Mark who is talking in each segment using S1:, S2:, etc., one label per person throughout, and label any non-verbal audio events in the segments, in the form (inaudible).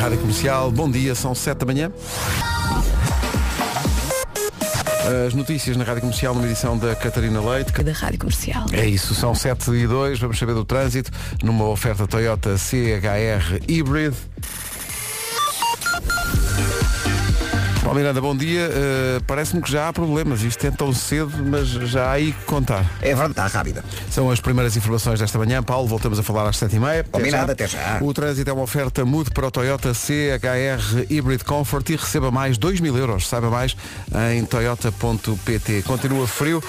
S1: Rádio Comercial, bom dia, são 7 da manhã. As notícias na Rádio Comercial, numa edição da Catarina Leite.
S2: da Rádio Comercial.
S1: É isso, são 7 e 2, vamos saber do trânsito, numa oferta Toyota CHR Hybrid. Paulo Miranda, bom dia. Eh, Parece-me que já há problemas. Isto é tão cedo, mas já há aí que contar.
S3: É verdade, está rápida.
S1: São as primeiras informações desta manhã. Paulo, voltamos a falar às 7h30.
S3: Combinado, até já.
S1: O trânsito é uma oferta mude para o Toyota CHR Hybrid Comfort e receba mais 2 mil euros. Saiba mais em toyota.pt. Continua frio.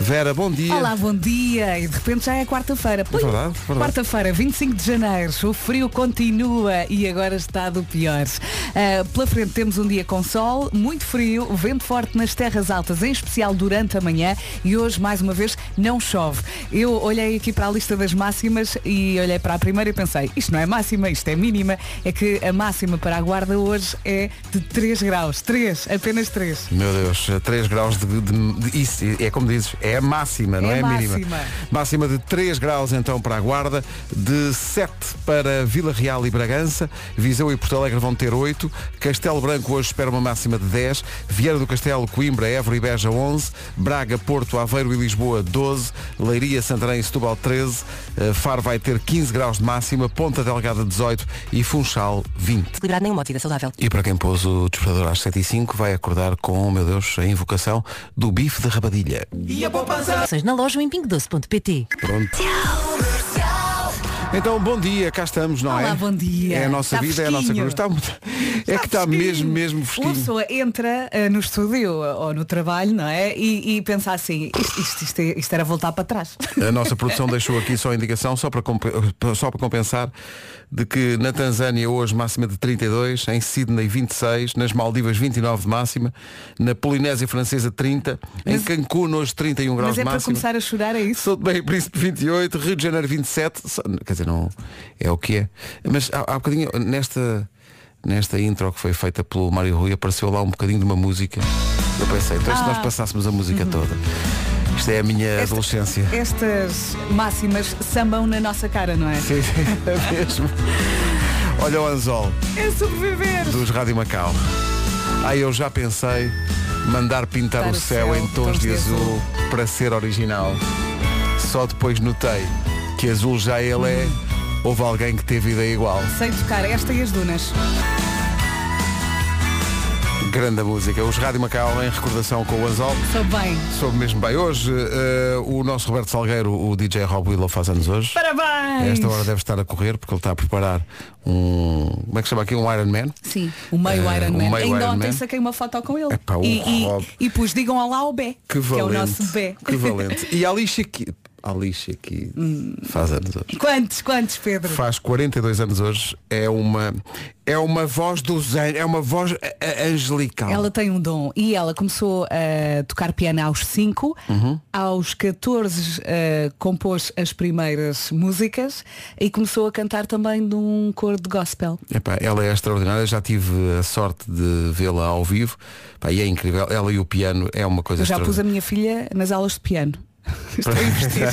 S1: Vera, bom dia.
S2: Olá, bom dia. E de repente já é quarta-feira. Pois,
S1: verdade, é verdade.
S2: Quarta-feira, 25 de janeiro. O frio continua e agora está do pior. Ah, pela frente temos um dia com sol, muito frio, vento forte nas terras altas, em especial durante a manhã. E hoje, mais uma vez, não chove. Eu olhei aqui para a lista das máximas e olhei para a primeira e pensei, isto não é máxima, isto é mínima. É que a máxima para a guarda hoje é de 3 graus. 3, apenas 3.
S1: Meu Deus, 3 graus de, de- de- isso, é como dizes, é a máxima, não é,
S2: É
S1: a mínima.
S2: máxima.
S1: Máxima de 3 graus então para a Guarda, de 7 para Vila Real e Bragança, Viseu e Porto Alegre vão ter 8, Castelo Branco hoje espera uma máxima de 10, Vieira do Castelo, Coimbra, Évora e Beja 11, Braga, Porto, Aveiro e Lisboa 12, Leiria, Santarém e Setúbal 13, eh, Faro vai ter 15 graus de máxima, Ponta Delgada 18 e Funchal 20.
S4: equilibrado nem uma vida saudável.
S1: E para quem pôs o despertador às 7 e 05 vai acordar com, meu Deus, a invocação do bife de rabadilha.
S4: Ações na loja ou em pingdoce.pt.
S1: Pronto. Então, bom dia, cá estamos, não é?
S2: Olá, bom dia.
S1: É a nossa
S2: Está
S1: vida, é a nossa
S2: fresquinho.
S1: cruz. Está muito... É que está
S2: fresquinho.
S1: mesmo, mesmo
S2: Uma
S1: fresquinho.
S2: pessoa entra eh, no estúdio eh, ou no trabalho, não é? E, e pensa assim, isto, isto- isto é- isto era voltar para trás.
S1: A nossa produção deixou aqui só a indicação, só para, comp- só para compensar, de que na Tanzânia hoje máxima de 32, em Sydney 26, nas Maldivas 29 de máxima, na Polinésia Francesa 30, em
S2: Mas-
S1: Cancún hoje 31 graus
S2: Mas
S1: de
S2: é para
S1: máxima.
S2: começar a chorar, é isso?
S1: Sou de Bem Príncipe 28, Rio de Janeiro 27. Só- Quer dizer, não é o que é. Mas há, há bocadinho, nesta, nesta intro que foi feita pelo Mário Rui, apareceu lá um bocadinho de uma música. Eu pensei, então se nós passássemos a música toda. Isto é a minha adolescência.
S2: (laughs) Estas máximas sambam na nossa cara, não é?
S1: Sim, sim, é mesmo. Olha o anzol
S2: É sobreviver!
S1: dos Rádio Macau. Aí eu já pensei mandar pintar
S2: Pintar
S1: o céu em tons de azul para ser original. Só depois notei que azul já ele é. Houve alguém que teve ideia igual.
S2: Sei tocar esta e as dunas.
S1: Grande música. Os Rádio Macau em recordação com o Anzol.
S2: Sou bem.
S1: Soube mesmo bem. Hoje, eh, o nosso Roberto Salgueiro, o DJ Rob Willow, faz anos hoje. A
S2: Parabéns!
S1: esta hora deve estar a correr porque ele está a preparar um. Como é que se chama aqui? Um Iron Man.
S2: Sim, o meio
S1: Eh,
S2: Iron
S1: o
S2: Man.
S1: meio
S2: Ainda
S1: Iron
S2: ontem
S1: Man.
S2: saquei uma foto com ele.
S1: Epá, o
S2: e, e,
S1: Rob.
S2: e pus, digam olá ao B,
S1: Que valente.
S2: é o nosso B.
S1: Que valente. E a Alicia aqui. A Alicia aqui
S2: Hum.
S1: faz anos hoje.
S2: (laughs) Quantos, quantos, Pedro?
S1: Faz 42 anos hoje. É uma é uma voz dos anjos, é uma voz a- a- angelical.
S2: Ela tem um dom e ela começou a tocar piano aos 5,
S1: Uhum.
S2: aos 14 eh, compôs as primeiras músicas e começou a cantar também num coro de gospel.
S1: Epá, ela é extraordinária, já tive a sorte de vê-la ao vivo Epá, e é incrível, ela e o piano é uma coisa
S2: Eu já pus a
S1: extraordinária.
S2: minha filha nas aulas de piano. (laughs) Estou a
S1: (laughs)
S2: investir.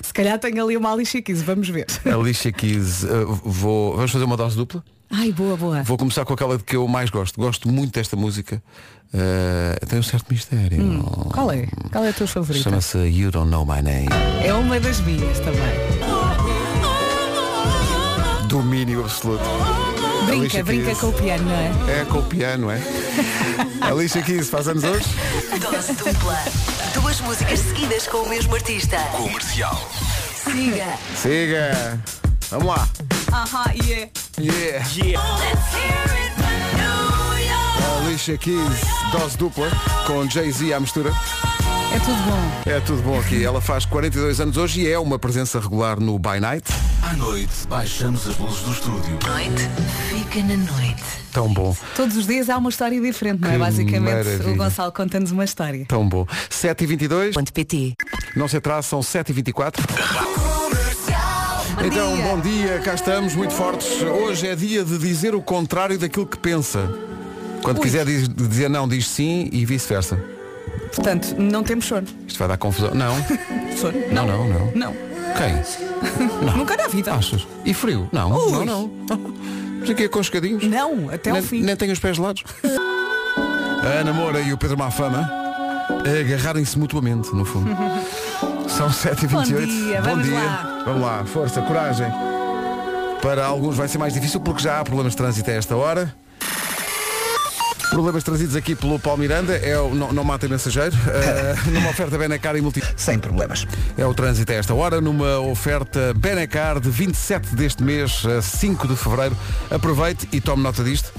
S2: Se calhar tenho ali uma Alicia Keys, vamos ver.
S1: Alicia Keys, eh, vou, vamos fazer uma dose dupla?
S2: Ai, boa, boa.
S1: Vou começar com aquela de que eu mais gosto. Gosto muito desta música. Eh, tem um certo mistério.
S2: Qual é? Qual é a tua favorita?
S1: Chama-se You Don't Know My Name.
S2: É uma das minhas também.
S1: Domínio absoluto. Alicia
S2: Brinca, brinca
S1: Keys.
S2: com o piano, não é?
S1: É com o piano, é? Alicia Keys faz anos hoje?
S4: Dose dupla. Duas músicas seguidas com o mesmo artista. Comercial. Siga.
S1: Siga! Vamos lá!
S2: Aham, e é.
S1: Yeah! Alicia Keys, dose dupla, com Jay-Z à mistura.
S2: É tudo bom.
S1: É tudo bom aqui. Ela faz 42 anos hoje e é uma presença regular no By Night.
S5: À noite, baixamos as luzes do estúdio.
S4: Noite. Fica na noite.
S1: Tão bom,
S2: Todos os dias há uma história diferente, não
S1: Que
S2: é? Basicamente,
S1: maravilha.
S2: o Gonçalo conta-nos uma história.
S1: tão bom. 7h22,
S4: Ponto PT.
S1: não se atrasa, são 7h24.
S2: Bom
S1: Então,
S2: dia.
S1: bom dia, cá estamos, muito fortes. Hoje é dia de dizer o contrário daquilo que pensa. Quando
S2: Ui.
S1: quiser diz- dizer não, diz sim e vice-versa.
S2: Portanto, não temos sono.
S1: Isto vai dar confusão.
S2: (laughs)
S1: Não.
S2: Sono?
S1: Não, não, não.
S2: Não.
S1: Quem? Não.
S2: Nunca na vida.
S1: Achas? E frio? Não,
S2: Ui.
S1: não, não. Estamos aqui é aconchegadinhos.
S2: Não, até ao
S1: nem,
S2: fim.
S1: Nem tenho os pés gelados. A Ana Moura e o Pedro Malfama agarrarem-se mutuamente, no
S2: (laughs)
S1: fundo. São 7h28.
S2: Bom dia, vamos
S1: dia.
S2: lá.
S1: Vamos lá, força, coragem. Para alguns vai ser mais difícil porque já há problemas de trânsito a esta hora. Problemas trazidos aqui pelo Paulo Miranda é o Não, não Matem
S2: (laughs)
S1: Mensageiro, eh, numa oferta bem na cara e multi...
S3: Sem problemas.
S1: É o trânsito a esta hora, numa oferta Benacar de 27 deste mês a 5 de fevereiro. Aproveite e tome nota disto.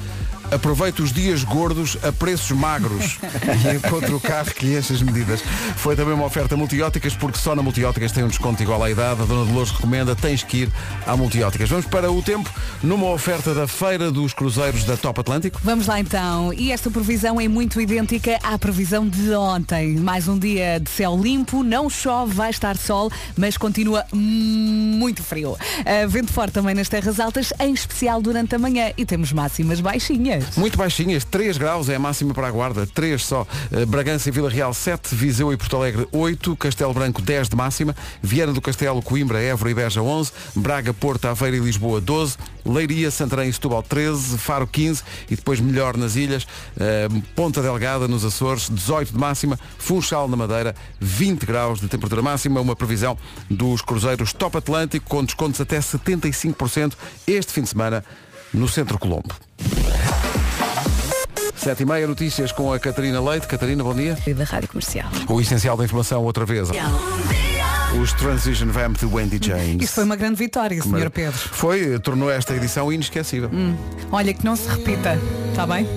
S1: Aproveite os dias gordos a preços magros e encontre o carro que lhe enche as medidas. Foi também uma oferta multióticas, porque só na multióticas tem um desconto igual à idade. A Dona Dolores recomenda, tens que ir à multióticas. Vamos para o tempo, numa oferta da Feira dos Cruzeiros da Top Atlântico.
S2: Vamos lá então, e esta previsão é muito idêntica à previsão de ontem. Mais um dia de céu limpo, não chove, vai estar sol, mas continua hum, muito frio. Ah, vento forte também nas terras altas, em especial durante a manhã, e temos máximas baixinhas.
S1: Muito baixinhas, 3 graus é a máxima para a Guarda, 3 só. Eh, Bragança e Vila Real 7, Viseu e Porto Alegre 8, Castelo Branco 10 de máxima, Viana do Castelo, Coimbra, Évora e Beja 11, Braga, Porto, Aveiro e Lisboa 12, Leiria, Santarém e Setúbal 13, Faro 15 e depois melhor nas ilhas, eh, Ponta Delgada nos Açores 18 de máxima, Funchal na Madeira 20 graus de temperatura máxima, uma previsão dos cruzeiros Top Atlântico com descontos até 75% este fim de semana no Centro Colombo. Sete e meia, notícias com a Catarina Leite. Catarina, bom dia.
S2: Da Rádio Comercial.
S1: O essencial da informação outra vez. Os Transition Vamp de Wendy James.
S2: Isso foi uma grande vitória, Sr. Pedro. Hum.
S1: Foi, eh, tornou esta edição inesquecível.
S2: Olha, que não se repita, está bem?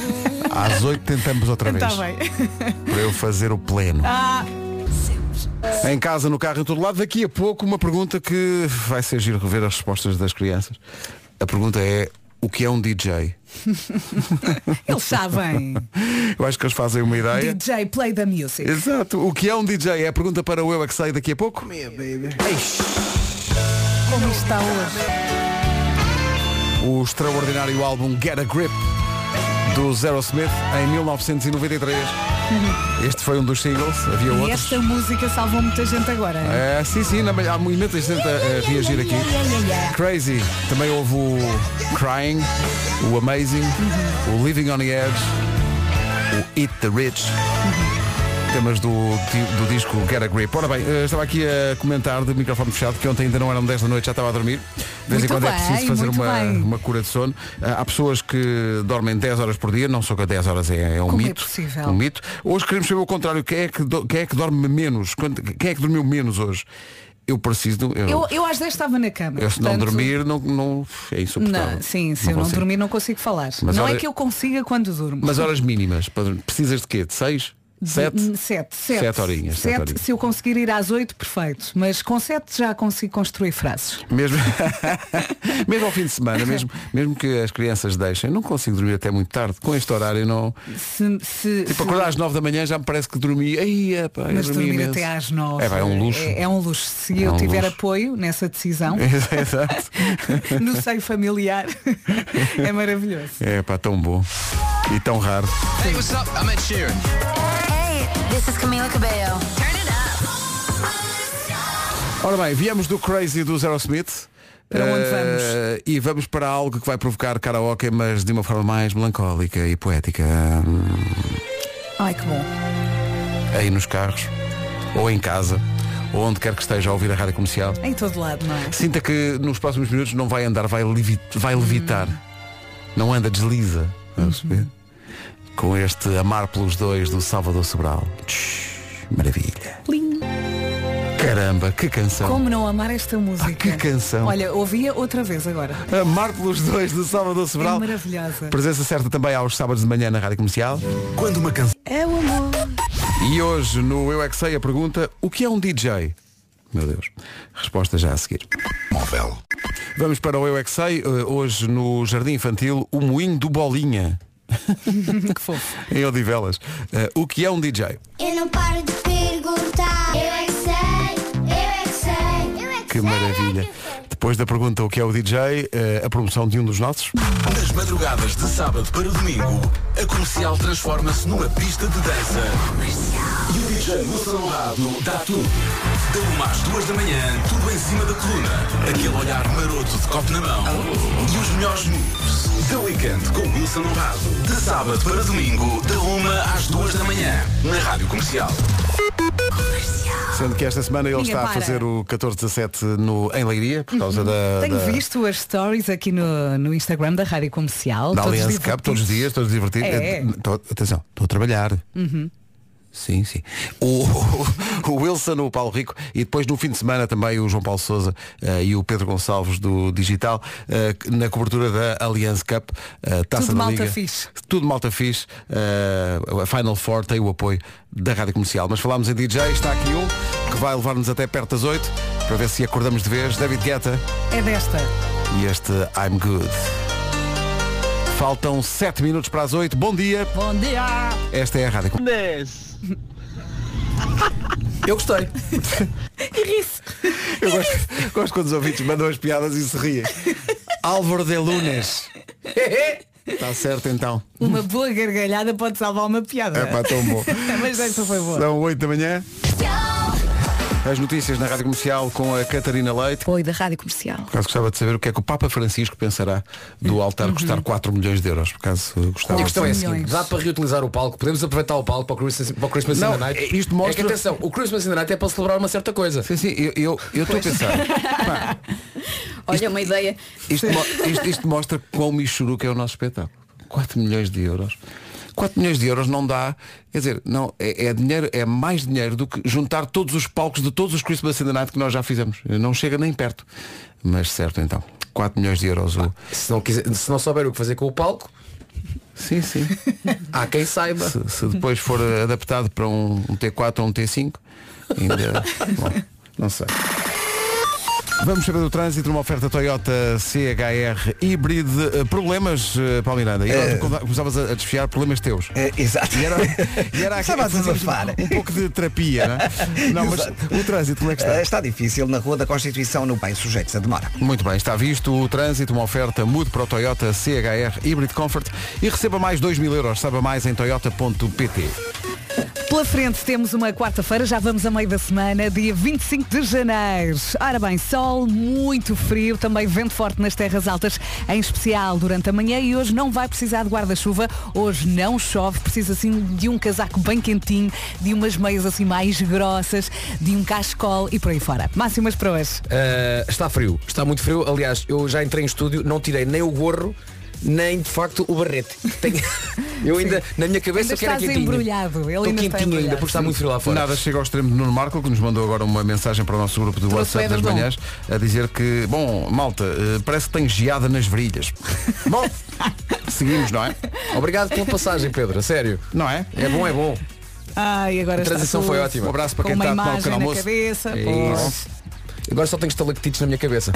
S2: (laughs)
S1: Às oito tentamos outra vez.
S2: Está Então tá bem. (laughs)
S1: Para eu fazer o pleno.
S2: Ah.
S1: Em casa, no carro, em todo lado. Daqui a pouco, uma pergunta que vai ser giro rever as respostas das crianças. A pergunta é, o que é um DJ? (laughs)
S2: Eles sabem.
S1: Eu acho que eles fazem uma ideia.
S2: DJ Play the Music.
S1: Exato. O que é um DJ? É a pergunta para o Eu é que sei daqui a pouco.
S2: Como isto está hoje?
S1: o extraordinário álbum Get a Grip do Aerosmith em 1993. Este foi um dos singles, havia
S2: E
S1: outros.
S2: esta música salvou muita gente agora.
S1: É, sim, sim, na, há muita gente a, a reagir aqui. Crazy, também houve o Crying, o Amazing,
S2: Uhum.
S1: o Living on the Edge, o Eat the Rich.
S2: Uhum.
S1: Temas do, di- do disco Get a Grip. Ora bem, eh, estava aqui a comentar de microfone fechado que ontem ainda não eram 10 da noite, já estava a dormir. De vez em
S2: Muito
S1: quando é
S2: bem,
S1: preciso fazer
S2: muito
S1: uma,
S2: bem.
S1: uma cura de sono. Ah, Há pessoas que dormem 10 horas por dia, não sou que a 10 horas é, é um
S2: Como é
S1: mito.
S2: possível?
S1: Um mito. Hoje queremos saber o contrário, quem é que, do- quem é que dorme menos? Quando- Quem é que dormiu menos hoje? Eu preciso. do- Eu,
S2: Eu, eu às 10 estava na cama.
S1: eu se não
S2: portanto-
S1: dormir, não, não- é insuportável.
S2: Não, sim, se eu não
S1: consigo.
S2: dormir não consigo falar.
S1: Mas
S2: não
S1: olha-
S2: é que eu consiga quando durmo.
S1: Mas horas mínimas, para dormir. precisas de quê? De 6? 7?
S2: Hum, Sete, sete.
S1: Sete horinhas, sete
S2: Sete,
S1: horinhas.
S2: se eu conseguir ir às oito, perfeito. Mas com sete já consigo construir frases. (laughs)
S1: Mesmo, mesmo ao fim de semana, mesmo, mesmo que as crianças deixem, não consigo dormir até muito tarde. Com este horário não.
S2: Se, se-
S1: Tipo,
S2: se-
S1: acordar às 9 da manhã já me parece que dormi. Aí, epá, eu
S2: mas
S1: dormi
S2: dormir
S1: imenso.
S2: até às nove.
S1: É, pá, é um luxo.
S2: É, é um luxo. Se
S1: É
S2: eu
S1: um
S2: tiver
S1: luxo.
S2: apoio
S1: (laughs)
S2: nessa decisão, (laughs)
S1: Exato.
S2: no seio familiar, (laughs) é maravilhoso.
S1: É pá, tão bom. E tão raro.
S4: Hey, this is Camila Cabello. Turn it up.
S1: Ora bem, viemos do Crazy do Aerosmith.
S2: Para onde
S1: Eh, E vamos para algo que vai provocar karaoke, mas de uma forma mais melancólica e poética. Hum,
S2: Ai, que bom.
S1: Aí nos carros, ou em casa, ou onde quer que esteja a ouvir a rádio comercial.
S2: Em todo lado, não é?
S1: Sinta que nos próximos minutos não vai andar, vai, levi- vai levitar.
S2: Hum.
S1: Não anda, desliza.
S2: Uhum.
S1: Vamos ver? Com este Amar pelos Dois do Salvador Sobral. Tsh, maravilha.
S2: Plim.
S1: Caramba, que canção.
S2: Como não amar esta música?
S1: Ah, que canção.
S2: Olha, ouvia outra vez agora.
S1: Amar pelos Dois do Salvador
S2: É
S1: Sobral.
S2: maravilhosa.
S1: Presença certa também aos sábados de manhã na Rádio Comercial.
S5: Quando uma canção.
S2: É o amor.
S1: E hoje no Eu é que Sei a pergunta, o que é um DJ? Meu Deus. Resposta já a seguir.
S5: Móvel.
S1: Vamos para o Eu é que Sei, eh, hoje no Jardim Infantil, o Moinho do Bolinha,
S2: (laughs) que fofo.
S1: em Odivelas. Eh, o que é um DJ?
S6: Eu não paro de perguntar. Eu é que sei, eu é que sei. Eu é que
S1: Que maravilha. Depois da pergunta o que é o DJ, eh, a promoção de um dos nossos.
S5: Nas madrugadas de sábado para domingo, a comercial transforma-se numa pista de dança. E o DJ Moça Honrado dá tudo. Da uma às duas da manhã, tudo em cima da coluna. Aquele olhar maroto de copo na mão. E os melhores moves. The Weekend com Wilson Honrado. De sábado para domingo, da uma às duas da manhã, na Rádio Comercial.
S1: Sendo que esta semana ele
S2: Ninguém
S1: está a
S2: para.
S1: fazer o 14-17 no, em Leiria, por
S2: (laughs)
S1: causa da,
S2: Tenho
S1: da,
S2: visto as stories aqui no, no Instagram da Rádio Comercial.
S1: da
S2: todos
S1: Allianz Cup, todos os
S2: divertidos.
S1: dias, todos divertidos.
S2: É. Uhum.
S1: Eh, tô- atenção, estou a trabalhar. Sim, sim. O, (laughs) o Wilson, o Paulo Rico e depois no fim de semana também o João Paulo Souza e o Pedro Gonçalves do Digital eh, na cobertura da Allianz Cup, eh, Taça
S2: Tudo
S1: da
S2: malta
S1: Liga.
S2: fixe.
S1: Tudo malta fixe. eh, a Final Four tem o apoio da Rádio Comercial. Mas falámos em DJ, está aqui um que vai levar-nos até perto das 8 para ver se acordamos de vez. David Guetta.
S2: É desta.
S1: E este I'm Good. Faltam 7 minutos para as 8. Bom dia.
S2: Bom dia!
S1: Esta é a Rádio Comercial.
S3: Eu gostei.
S1: Eu gosto, gosto quando os ouvintes mandam as piadas e se riem. Álvaro de Lunes. Está certo então.
S2: Uma boa gargalhada pode salvar uma piada.
S1: É pá, tão bom.
S2: (laughs) Mas esta foi boa.
S1: São 8 da manhã. As notícias na Rádio Comercial com a Catarina Leite.
S2: Apoio da Rádio Comercial.
S1: Por acaso gostava de saber o que é que o Papa Francisco pensará do altar custar 4 milhões de euros. Por acaso gostava
S3: E a
S1: de
S3: questão é a
S2: Milhões.
S3: seguinte, dá para reutilizar o palco, podemos aproveitar o palco para o Christmas, para o Christmas in
S1: Não,
S3: the Night.
S1: é- isto mostra-
S3: É que atenção, o Christmas in the Night é para celebrar uma certa coisa.
S1: Sim, sim, eu- eu eu estou
S3: (laughs)
S1: a pensar. Pá,
S6: Olha, uma ideia.
S1: Isto, mo- isto- isto mostra quão michuruca é o nosso espetáculo. 4 milhões de euros. 4 milhões de euros não dá, quer dizer, não, é, é dinheiro, é mais dinheiro do que juntar todos os palcos de todos os Christmas in the Night que nós já fizemos. Não chega nem perto. Mas certo então. 4 milhões de euros. o-
S3: Se não, quiser, se não souber o que fazer com o palco,
S1: Sim, sim.
S3: (laughs) há quem saiba.
S1: se, se depois for adaptado para um, um T4 ou um T5,
S3: (laughs)
S1: ainda. bom, não sei. Vamos saber do trânsito numa oferta Toyota CHR híbride. Eh, Problemas, eh, Paulo Miranda? E agora tu come- começavas a a desfiar problemas teus.
S7: Eh,
S3: exato.
S1: (laughs) E era, e
S2: (laughs)
S1: era aqui,
S3: Estavas a
S1: fazíamos
S3: desabafar.
S1: um, um pouco de terapia, não (laughs) é? Não, mas o trânsito, como é que está?
S3: Eh, Está difícil na Rua da Constituição, no bem, sujeito-se a demora.
S1: Muito bem, está visto o trânsito, uma oferta mude para o Toyota CHR Hybrid Comfort e receba mais 2 mil euros, saiba mais em toyota.pt.
S2: Pela frente temos uma quarta-feira, já vamos a meio da semana, dia 25 de janeiro. Ora bem, sol, muito frio, também vento forte nas terras altas, em especial durante a manhã e hoje não vai precisar de guarda-chuva, hoje não chove, precisa assim de um casaco bem quentinho, de umas meias assim mais grossas, de um cachecol e por aí fora. Máximas para hoje.
S8: Uh, está frio, está muito frio. Aliás, eu já entrei em estúdio, não tirei nem o gorro, nem de facto o barrete.
S2: (laughs)
S8: Tenho- eu ainda, na minha cabeça,
S2: Ainda
S8: eu quero é
S2: estás
S8: quentinho.
S2: embrulhado, ele
S8: Estou
S2: ainda
S8: quentinho
S2: está
S8: ainda,
S2: embrulhado.
S8: porque está muito frio lá fora.
S1: Nada chega ao extremo de Nuno Marco, que nos mandou agora uma mensagem para o nosso grupo do
S2: Trouxe
S1: WhatsApp das
S2: pedras, bom.
S1: manhãs, a dizer que, bom, malta, eh, parece que tem geada nas
S2: (laughs)
S1: virilhas. bom, seguimos, não é?
S8: Obrigado pela passagem, Pedro, a sério.
S1: Não é?
S8: É bom, é bom.
S2: Ai, agora
S8: A transição
S2: está
S8: foi
S2: tudo
S1: Um
S8: ótima.
S1: abraço para
S2: Com
S1: quem
S2: uma
S8: tá,
S1: está a tomar o
S2: imagem
S1: pequeno
S2: na
S1: almoço.
S2: cabeça.
S8: É
S2: pois.
S8: isso. Agora só tenho estalactites na minha (laughs) cabeça.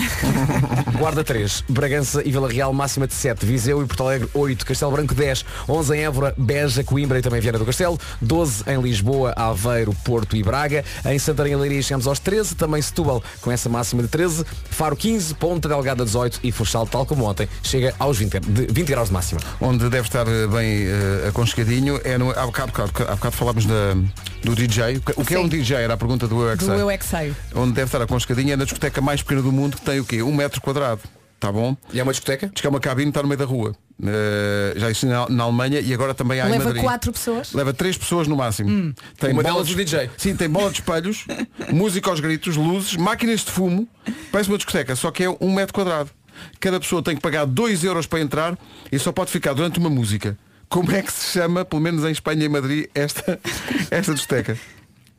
S8: Guarda 3, Bragança e Vila Real máxima de 7, Viseu e Porto Alegre 8, Castelo Branco 10, 11 em Évora, Beja, Coimbra e também Viana do Castelo, 12 em Lisboa, Aveiro, Porto e Braga, em Santarém e Leiria chegamos aos 13, também Setúbal com essa máxima de 13, Faro 15, Ponta Delgada 18 e Funchal, tal como ontem, chega aos 20, de 20 graus de máxima.
S1: Onde deve estar eh, bem eh, aconchegadinho é no. Há bocado, há bocado- há bocado falámos da- do DJ. O que, o que é
S2: Sim.
S1: um DJ? Era a pergunta do Eu é que
S2: Do
S1: Sei.
S2: Eu É Que Sei.
S1: Onde deve estar aconchegadinho é na discoteca mais pequena do mundo que tem o quê? Um metro quadrado. Está bom?
S8: E é uma discoteca?
S1: Diz que é uma cabine está no meio da rua. Eh, já existe na, na Alemanha e agora também há em
S2: Leva
S1: Madrid.
S2: quatro pessoas?
S1: Leva três pessoas no máximo.
S2: Hum.
S1: Tem
S8: Uma
S1: bola
S8: delas
S1: de-
S8: o DJ.
S1: Sim, tem bola de
S2: (laughs)
S1: espelhos, música aos gritos, luzes, máquinas de fumo. Parece uma discoteca, só que é um metro quadrado. Cada pessoa tem que pagar 2 euros para entrar e só pode ficar durante uma música. Como é que se chama, pelo menos em Espanha e Madrid,
S2: (laughs)
S1: esta, esta discoteca?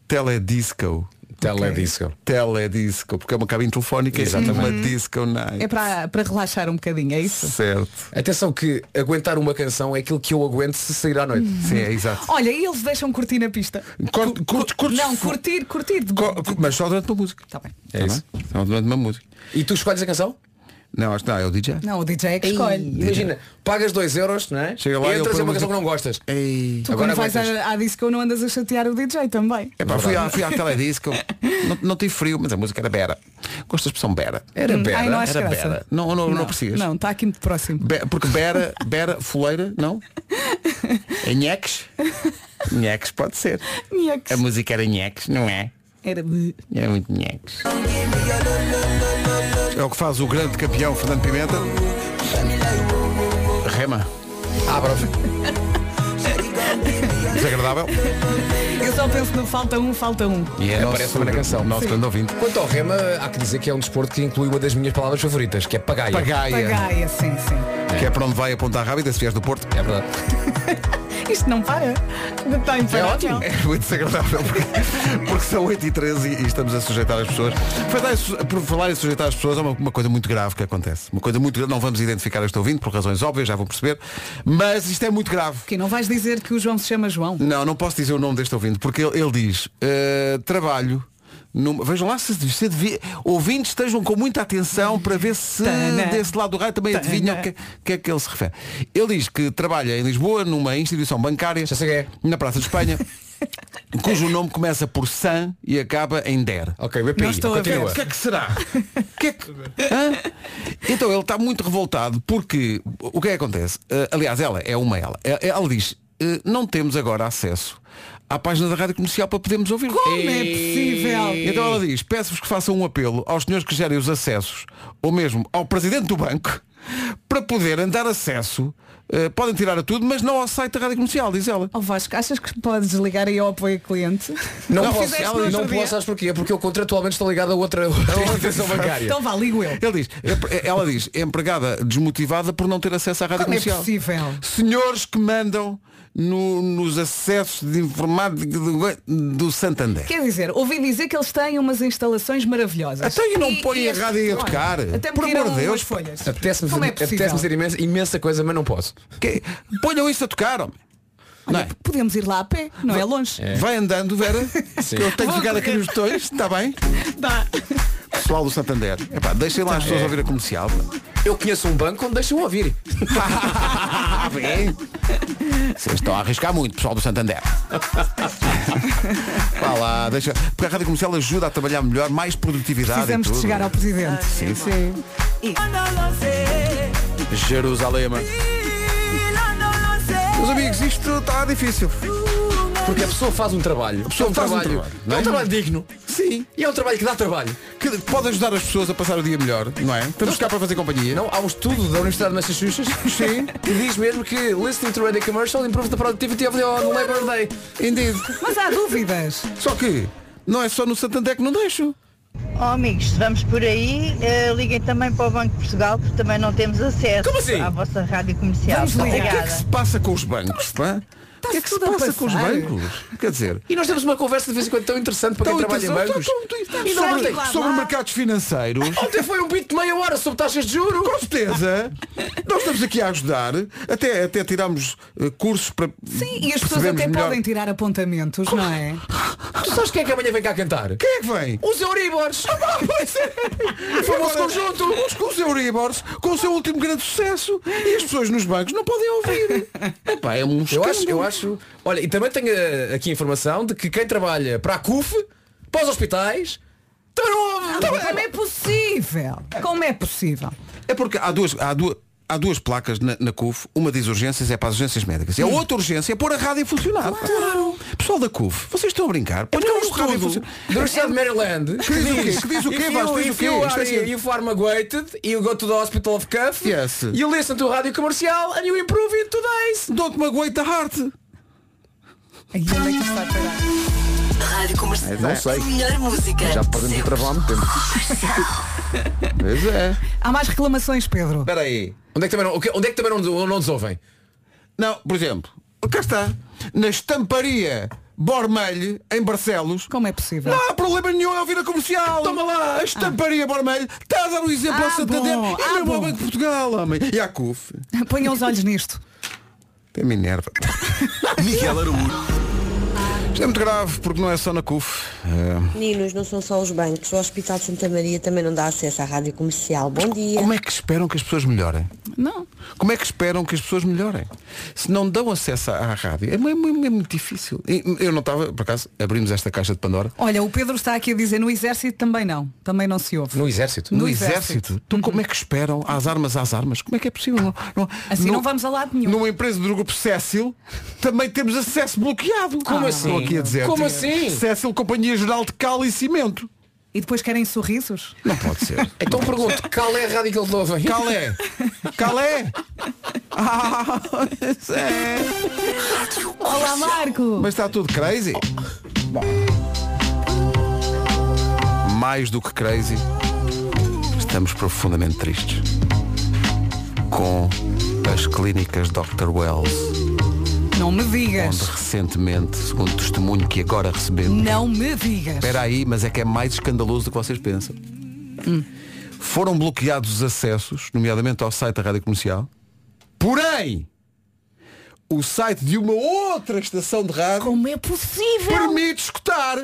S1: Teledisco.
S8: Teledisco.
S1: Teledisco, porque é uma cabine telefónica Exatamente. uma disco night.
S2: É para, para relaxar um bocadinho, é isso?
S1: Certo.
S8: Atenção que aguentar uma canção é aquilo que eu aguento se sair à noite.
S1: Sim, é exato.
S2: Olha, e eles deixam curtir na pista.
S1: Corte, curte, curte.
S2: Não, curtir, curtir.
S1: Co- co- Mas só durante uma é música.
S8: É
S2: Tá bem.
S1: Tá bem? Só durante uma música.
S8: E tu escolhes a canção?
S1: Não, acho que não, é o DJ.
S2: Não, o DJ é que escolhe.
S8: Imagina, pagas 2 euros, não é?
S1: Chega lá e ele
S8: Entras em uma
S1: pergunta-
S8: canção que não gostas.
S1: Ei.
S2: Tu
S8: Agora
S2: quando vais
S8: aguentas.
S2: à, à disco não andas a chatear o DJ também.
S1: Epá, fui, à, fui à teledisco, não, não tive frio, mas a música era Bera. Gosto da expressão Bera. Era Bera.
S2: Hum, Ai, não acho
S1: era
S2: graça.
S1: Bera. Não, não, não, precisas.
S2: Não, está aqui muito próximo.
S1: Be- porque Bera, Bera, fuleira, não? É nheques? Nheques pode ser.
S2: Nheques.
S1: A música era nheques, não é?
S2: Era...
S1: É muito nheques. É o que faz o grande campeão Fernando Pimenta. Rema.
S8: Abra.
S1: Desagradável.
S2: Eu só penso no falta um, falta um.
S1: E é
S8: Aparece uma na canção.
S1: Nosso grande ouvinte.
S8: Quanto ao rema, há que dizer que é um desporto que inclui uma das minhas palavras favoritas, que é pagaia.
S1: Pagaia.
S2: Pagaia, sim, sim.
S1: Que é para onde vai apontar rápida se vieres do Porto.
S8: É verdade.
S2: (laughs) Isto não para. Está imparável.
S1: É muito desagradável porque, porque são 8 e 13 e, e estamos a sujeitar as pessoas. Por falar em su- Por falar em sujeitar as pessoas, há uma, uma coisa muito grave que acontece. Uma coisa muito grave. Não vamos identificar este ouvinte por razões óbvias, já vão perceber. Mas isto é muito grave.
S2: Que não vais dizer que o João se chama João.
S1: Não, não posso dizer o nome deste ouvinte, porque ele, ele diz, eh, trabalho. numa- Vejam lá se, se adivi- ouvintes estejam com muita atenção para ver se
S2: Tana.
S1: desse lado do raio também
S2: Tana.
S1: adivinham o que, que é que ele se refere. Ele diz que trabalha em Lisboa numa instituição bancária
S8: Já sei quem é.
S1: na Praça de Espanha, cujo nome começa por San e acaba em Der.
S8: Ok, BPI.
S2: Não estou a
S8: Continua.
S2: ver.
S1: O que é que será? O que é que- Hã? Então ele está muito revoltado porque o que é que acontece? Eh, aliás, ela é uma ela. Eh, Ela diz, eh, não temos agora acesso à página da Rádio Comercial para podermos ouvir.
S2: Como é possível?
S1: Então ela diz, peço-vos que façam um apelo aos senhores que gerem os acessos, ou mesmo ao presidente do banco, para poderem dar acesso, eh, podem tirar a tudo, mas não ao site da Rádio Comercial, diz ela.
S2: Ó Oh, Vasco, achas que podes ligar aí ao apoio cliente?
S8: Não, posso,
S2: fizeste
S8: ela-
S2: no outro
S8: não
S2: dia?
S8: posso, sabes porquê? Porque eu contratualmente estou ligado a outra outra instituição bancária.
S2: Então vá, ligo eu.
S1: Ele diz, empre- ela diz, empregada desmotivada por não ter acesso à rádio
S2: Como é
S1: comercial.
S2: possível?
S1: Senhores que mandam no- nos acessos de informática do, do Santander.
S2: Quer dizer, ouvi dizer que eles têm umas instalações maravilhosas.
S1: Até eu não
S2: E-
S1: põem
S2: e
S1: a
S2: este-
S1: rádio a
S2: olha,
S1: tocar.
S2: Até me
S1: Por
S2: tiram
S1: amor de Deus.
S2: umas folhas.
S8: Apetece-me
S2: Como é
S8: dizer,
S2: possível?
S8: apetece dizer imensa, imensa coisa, mas não posso.
S1: Que- ponham isso a tocar, homem. Não é?
S2: Podemos ir lá a pé, não é longe.
S1: Vai
S8: (laughs)
S1: andando, Vera. que eu tenho que ficar aqui nos botões, está bem?
S2: Dá.
S1: Pessoal do Santander. Epá, deixem lá as
S8: É.
S1: pessoas ouvir
S8: (laughs)
S1: a comercial.
S8: Eu conheço um banco onde deixam ouvir.
S1: Ah, bem. Vocês estão a arriscar muito, pessoal do Santander.
S8: (laughs)
S1: Vá lá, deixa. Porque a rádio comercial ajuda a trabalhar melhor, mais produtividade.
S2: Precisamos
S1: e
S2: de
S1: tudo.
S2: chegar ao presidente.
S1: Sim,
S2: sim.
S1: Jerusalema. Meus amigos, isto está difícil.
S8: Porque a pessoa faz um trabalho. A
S1: pessoa
S2: Então,
S8: é um
S1: faz um
S8: trabalho.
S1: trabalho, não
S8: é
S1: é?
S8: um trabalho digno.
S1: Sim.
S8: E é um trabalho que dá trabalho.
S1: Que pode ajudar as pessoas a passar o dia melhor, não é? Estamos cá para fazer companhia.
S8: Não, há um estudo da Universidade de Massachusetts
S1: Sim.
S8: (laughs) que diz mesmo que listening to radio commercial improves the productivity of the on Labor Day.
S1: Entendido.
S2: Mas há dúvidas.
S1: Só que não é só no Santander que não deixo.
S9: Ó amigos, vamos por aí, eh, liguem também para o Banco de Portugal, porque também não temos acesso
S8: Como assim?
S9: à vossa rádio comercial.
S2: Vamos ligar.
S1: O que é que
S9: Obrigada.
S1: se passa com os bancos? pá? O que é que se
S2: tudo a
S1: passa com os
S2: passar.
S1: bancos? Quer dizer,
S8: E nós temos uma conversa de vez em quando tão interessante para quem
S2: Então,
S8: trabalha em bancos. E não
S1: sobre,
S8: ontem,
S2: lá,
S1: sobre
S2: lá.
S1: mercados financeiros.
S2: (laughs)
S8: ontem foi um beat de meia hora sobre taxas de juros.
S1: Com certeza, nós estamos aqui a ajudar, até, até tiramos eh, cursos para.
S2: Sim, e as pessoas até podem tirar apontamentos, não é?
S8: Tu sabes quem é que amanhã vem cá cantar?
S1: Quem é que vem?
S8: Os Euribors! é.
S1: O famoso conjunto, os, com os Euribors, com o seu último grande sucesso. E as pessoas nos bancos não podem ouvir. Epá, é um
S8: Eu acho, eu
S1: escândalo.
S8: acho. Olha, e também tenho eh, aqui a informação de que quem trabalha para a CUF, para os hospitais,
S1: Então
S8: também não ouve.
S2: Como é possível? Como é possível?
S1: É porque há duas, há duas, há duas placas na, na CUF. Uma diz urgências, é para as urgências médicas.
S8: Hum.
S1: E a outra urgência é pôr a rádio a funcionar. Claro. Pessoal da CUF, vocês estão a brincar? Põe
S8: Porque é um
S1: a rádio a
S8: estudo
S1: funcionar. É um
S8: da Universidade de Maryland que
S1: diz o quê? Que diz o quê,
S8: if you-
S1: Vasco? Diz o
S8: if
S1: quê?
S8: you
S1: Isto é
S8: are-
S1: ciência.
S8: If you are migrated, you go to the hospital of Cuff
S1: Yes.
S8: You listen to rádio comercial and you improve it today's
S1: Don't magoate the heart.
S2: Ai, onde é que isto vai parar?
S4: Rádio Comercial. Não sei. Melhor música. Já podemos ir travar.
S1: Pois é.
S2: Há mais reclamações, Pedro.
S1: Espera aí.
S8: Onde é que também não, o quê? onde é que também não, não nos ouvem?
S1: Não, por exemplo, cá está. Na estamparia Bormelho, em Barcelos.
S2: Como é possível?
S1: Não há problema nenhum em ouvir a comercial. Toma lá. A
S8: Ah.
S1: estamparia Bormelho está a dar um exemplo
S2: Ah,
S1: ao Santander.
S2: bom.
S1: E
S2: Ah,
S1: mesmo ao
S2: bom.
S1: Banco de Portugal, homem. E à CUF.
S2: Ponham os olhos nisto.
S1: Até me enerva.
S5: Miguel Araújo.
S1: Isto é muito grave, porque não é só na CUF. É.
S10: Meninos, não são só os bancos. O Hospital de Santa Maria também não dá acesso à rádio comercial. Bom dia.
S1: Como é que esperam que as pessoas melhorem?
S2: Não.
S1: Como é que esperam que as pessoas melhorem? Se não dão acesso à, à rádio, é, mu- mu- é muito difícil. E, Eu não estava, por acaso, abrimos esta caixa de Pandora.
S2: Olha, o Pedro está aqui a dizer no exército também não. Também não se ouve.
S8: No exército.
S2: No
S1: No, exército.
S2: exército.
S1: Então como é que esperam às armas às armas? Como é que é possível? Não, não-
S2: Assim
S1: no-
S2: não vamos a lado nenhum.
S1: Numa empresa do grupo Cécil também temos acesso bloqueado. Como assim? Estou aqui a dizer.
S8: Como assim?
S1: Cécil, Companhia Geral de Cal e Cimento.
S2: E depois querem sorrisos?
S1: Não pode ser. é?
S2: (laughs)
S8: Então pergunto, qual é a rádio que eles ouvem?
S1: Calé! Calé! Ah, é.
S2: Olá, Marco!
S1: Mas está tudo crazy? Bom. Mais do que crazy, estamos profundamente tristes com as clínicas Dr. Wells,
S2: Não me
S1: onde
S2: digas.
S1: recentemente, segundo o testemunho que agora recebemos,
S2: Não me digas.
S1: Espera aí, mas é que é mais escandaloso do que vocês pensam.
S2: Hum.
S1: Foram bloqueados os acessos, nomeadamente ao site da Rádio Comercial. Porém, o site de uma outra estação de rádio
S2: Como é possível?
S1: permite escutar.